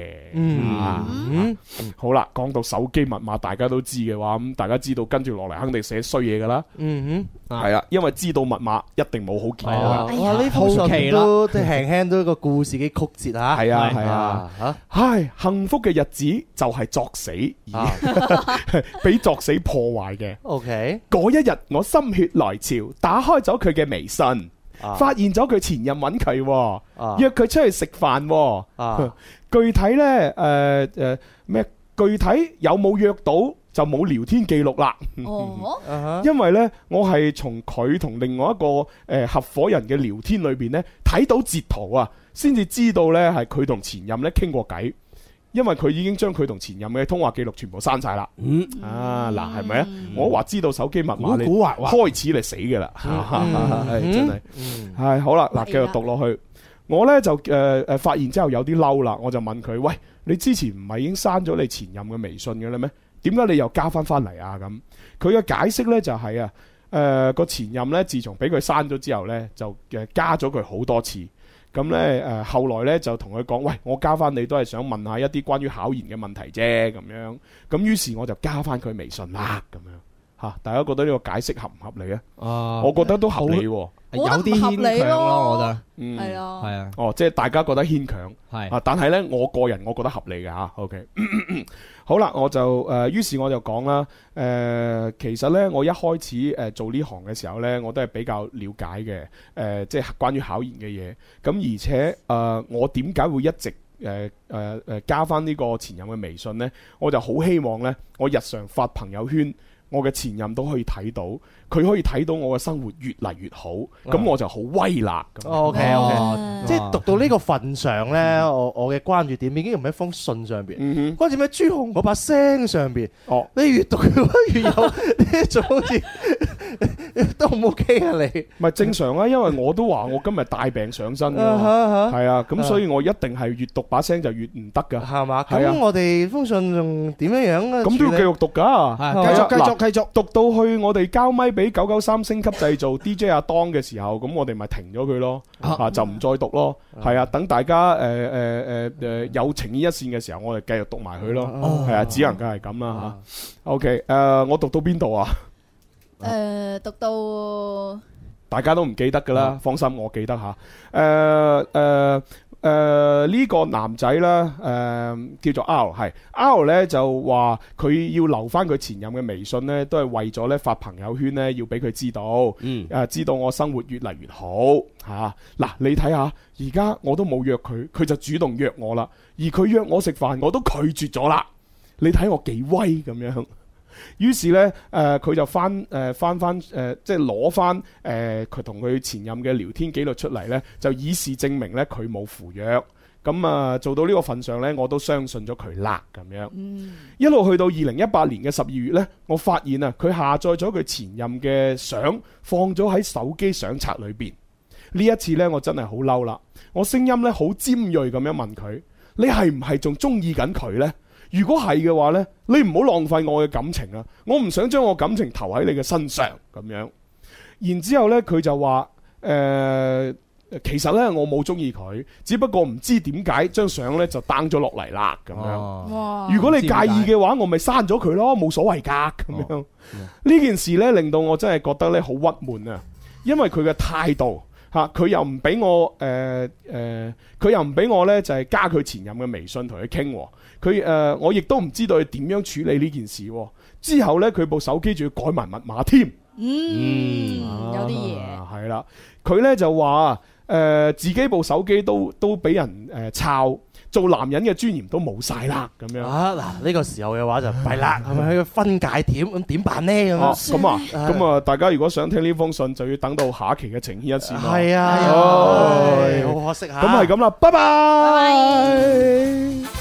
B: 啊
C: 嗯，
B: 好啦，講到手機密碼，大家都知嘅話，咁大家知道跟住落嚟肯定寫衰嘢噶啦。
C: 嗯哦
B: 哼，係啦，因為知道密碼一定冇好結
E: 啊
B: 果
C: 哇！
B: 啦。
E: 哎
C: 呢封信都都輕輕都個故事幾曲折嚇，
B: 係啊係啊，唉，幸福嘅日子就係作死，
C: 啊
B: 啊 [LAUGHS] 而俾作死破壞嘅。
C: OK，
B: 嗰一日我心血來潮，打開咗佢嘅微信
C: 啊，
B: 發現咗佢前任揾佢
C: 啊
B: 喎，約佢出去食飯喎
C: 啊。
B: 具體呢，誒誒咩？具體有冇約到就冇聊天記錄啦。因為呢，我係從佢同另外一個誒、呃合夥人嘅聊天裏邊呢，睇到截圖啊，先至知道呢係佢同前任呢傾過偈。因為佢已經將佢同前任嘅通話記錄全部刪晒啦。
E: 嗯
B: 啊嗱，係咪啊？我話知道手機密碼，你
E: 古古惑惑
B: 開始嚟死嘅啦， [LAUGHS] 係真係。
C: 嗯
B: 係好啦，嗱，繼續讀落去。我呢就誒誒、呃、發現之後有啲嬲啦，我就問佢：喂，你之前唔係已經刪咗你前任嘅微信嘅啦咩？點解你又加翻翻嚟啊？咁佢嘅解釋呢就係、啊，誒、個前任呢，自從俾佢刪咗之後呢，就誒加咗佢好多次。咁呢，誒呃後來呢，就同佢講：喂，我加翻你都係想問下一啲關於考研嘅問題啫，咁樣。咁於是我就加翻佢微信啦，咁樣嚇。大家覺得呢個解釋合唔合理啊？
E: 啊
B: 我覺得都合理喎，
E: 有啲牽強咯，我覺得。
B: 嗯
E: 係啊係啊。
B: 哦，即係大家覺得牽強，
E: 係
B: 啊，但係呢，我個人我覺得合理嘅嚇。OK，好啦，我就誒、呃，於是我就講啦，誒、其實呢，我一開始誒、呃做呢行嘅時候呢，我都係比較了解嘅，誒、即係關於考研嘅嘢。咁而且誒、呃我點解會一直誒誒誒加翻呢個前任嘅微信呢？我就好希望呢，我日常發朋友圈。我嘅前任都可以睇到，佢可以睇到我嘅生活越嚟越好，咁我就好威啦。咁樣
C: OK
E: Oh
C: OK，即係讀到呢個份上咧，我我嘅關注點已經用喺封信上
E: Mm-hmm
C: 邊，關注喺朱紅嗰把聲上邊。
B: 哦，
C: 你越讀 [LAUGHS] 越有呢種好似 [LAUGHS] 都唔 OK 啊你。
B: 唔係正常啊，因為我都話我今日大病上身㗎
C: 啊哈啊
B: 嘛，
C: 哈
B: 係啊，咁所以我一定係越讀把聲就越唔得㗎，
C: 係嘛？
B: 係啊
C: 咁，我哋封信仲點樣樣啊咧？
B: 咁都要繼續讀㗎，
C: 係繼續
B: 係啊
C: 繼
B: 嗱
C: 續
B: 讀到去我哋交咪俾九九三星級製造 DJ 阿當嘅時候，咁我哋咪停咗佢咯，啊就唔再讀咯，係啊，等大家誒誒誒誒呃有情意一線嘅時候，我哋繼續讀埋佢咯，
C: 哦
B: 係啊，只能夠係咁啦
C: 啊
B: 嚇。OK，誒我讀到邊度啊？
D: 诶，读到
B: 大家都唔記得㗎啦，放心，我記得吓。誒誒誒呢個男仔啦，誒、叫做 R 係 R 咧就話佢要留翻佢前任嘅微信咧，都係為咗咧發朋友圈咧，要俾佢知道，
E: 嗯
B: 誒知道我生活越嚟越好嚇。嗱、你睇下，而家我都冇約佢，佢就主動約我啦，而佢約我食飯，我都拒絕咗啦。你睇我幾威咁樣。於是呢，誒、佢就翻誒翻翻誒，即係攞翻誒佢同佢前任嘅聊天記錄出嚟呢，就以示證明呢，佢冇赴約。咁啊，做到呢個份上呢，我都相信咗佢啦，咁樣。一路去到二零一八年嘅十二月呢，我發現啊，佢下載咗佢前任嘅相，放咗喺手機相冊裏邊。呢一次呢，我真係好嬲啦！我聲音呢，好尖鋭咁樣問佢：你係唔係仲中意緊佢呢？如果係嘅話呢，你唔好浪費我嘅感情啊！我唔想將我感情投喺你嘅身上咁樣。然之後呢，佢就話：誒、其實呢，我冇中意佢，只不過唔知點解張相呢就 down 咗落嚟啦咁樣。
D: Ờ. 哇
B: 如果你介意嘅話，我咪刪咗佢咯，冇所謂㗎咁樣。呢件事呢，令到我真係覺得呢好鬱悶啊，因為佢嘅態度嚇，佢、又唔俾我誒誒，呃呃佢、又唔俾我呢，就係、加佢前任嘅微信同佢傾喎，佢誒、呃我亦都唔知道佢點樣處理呢件事喎。之後呢，佢部手機仲要改埋密碼添。
D: 嗯有啲嘢
B: 啊，係啦，佢呢就話誒、呃自己部手機都都俾人誒抄、做男人嘅尊嚴都冇晒啦咁樣。
C: 啊嗱，呢個時候嘅話就弊啦，係咪佢分界點咁點辦呢？咁
B: 啊哦
C: 樣
B: 咁啊，咁啊，大家如果想聽呢封信，就要等到下一期嘅情牽一線啦。
C: 係啊
B: 唉啊
C: 唉好可惜嚇
B: 咁係咁啦，拜拜。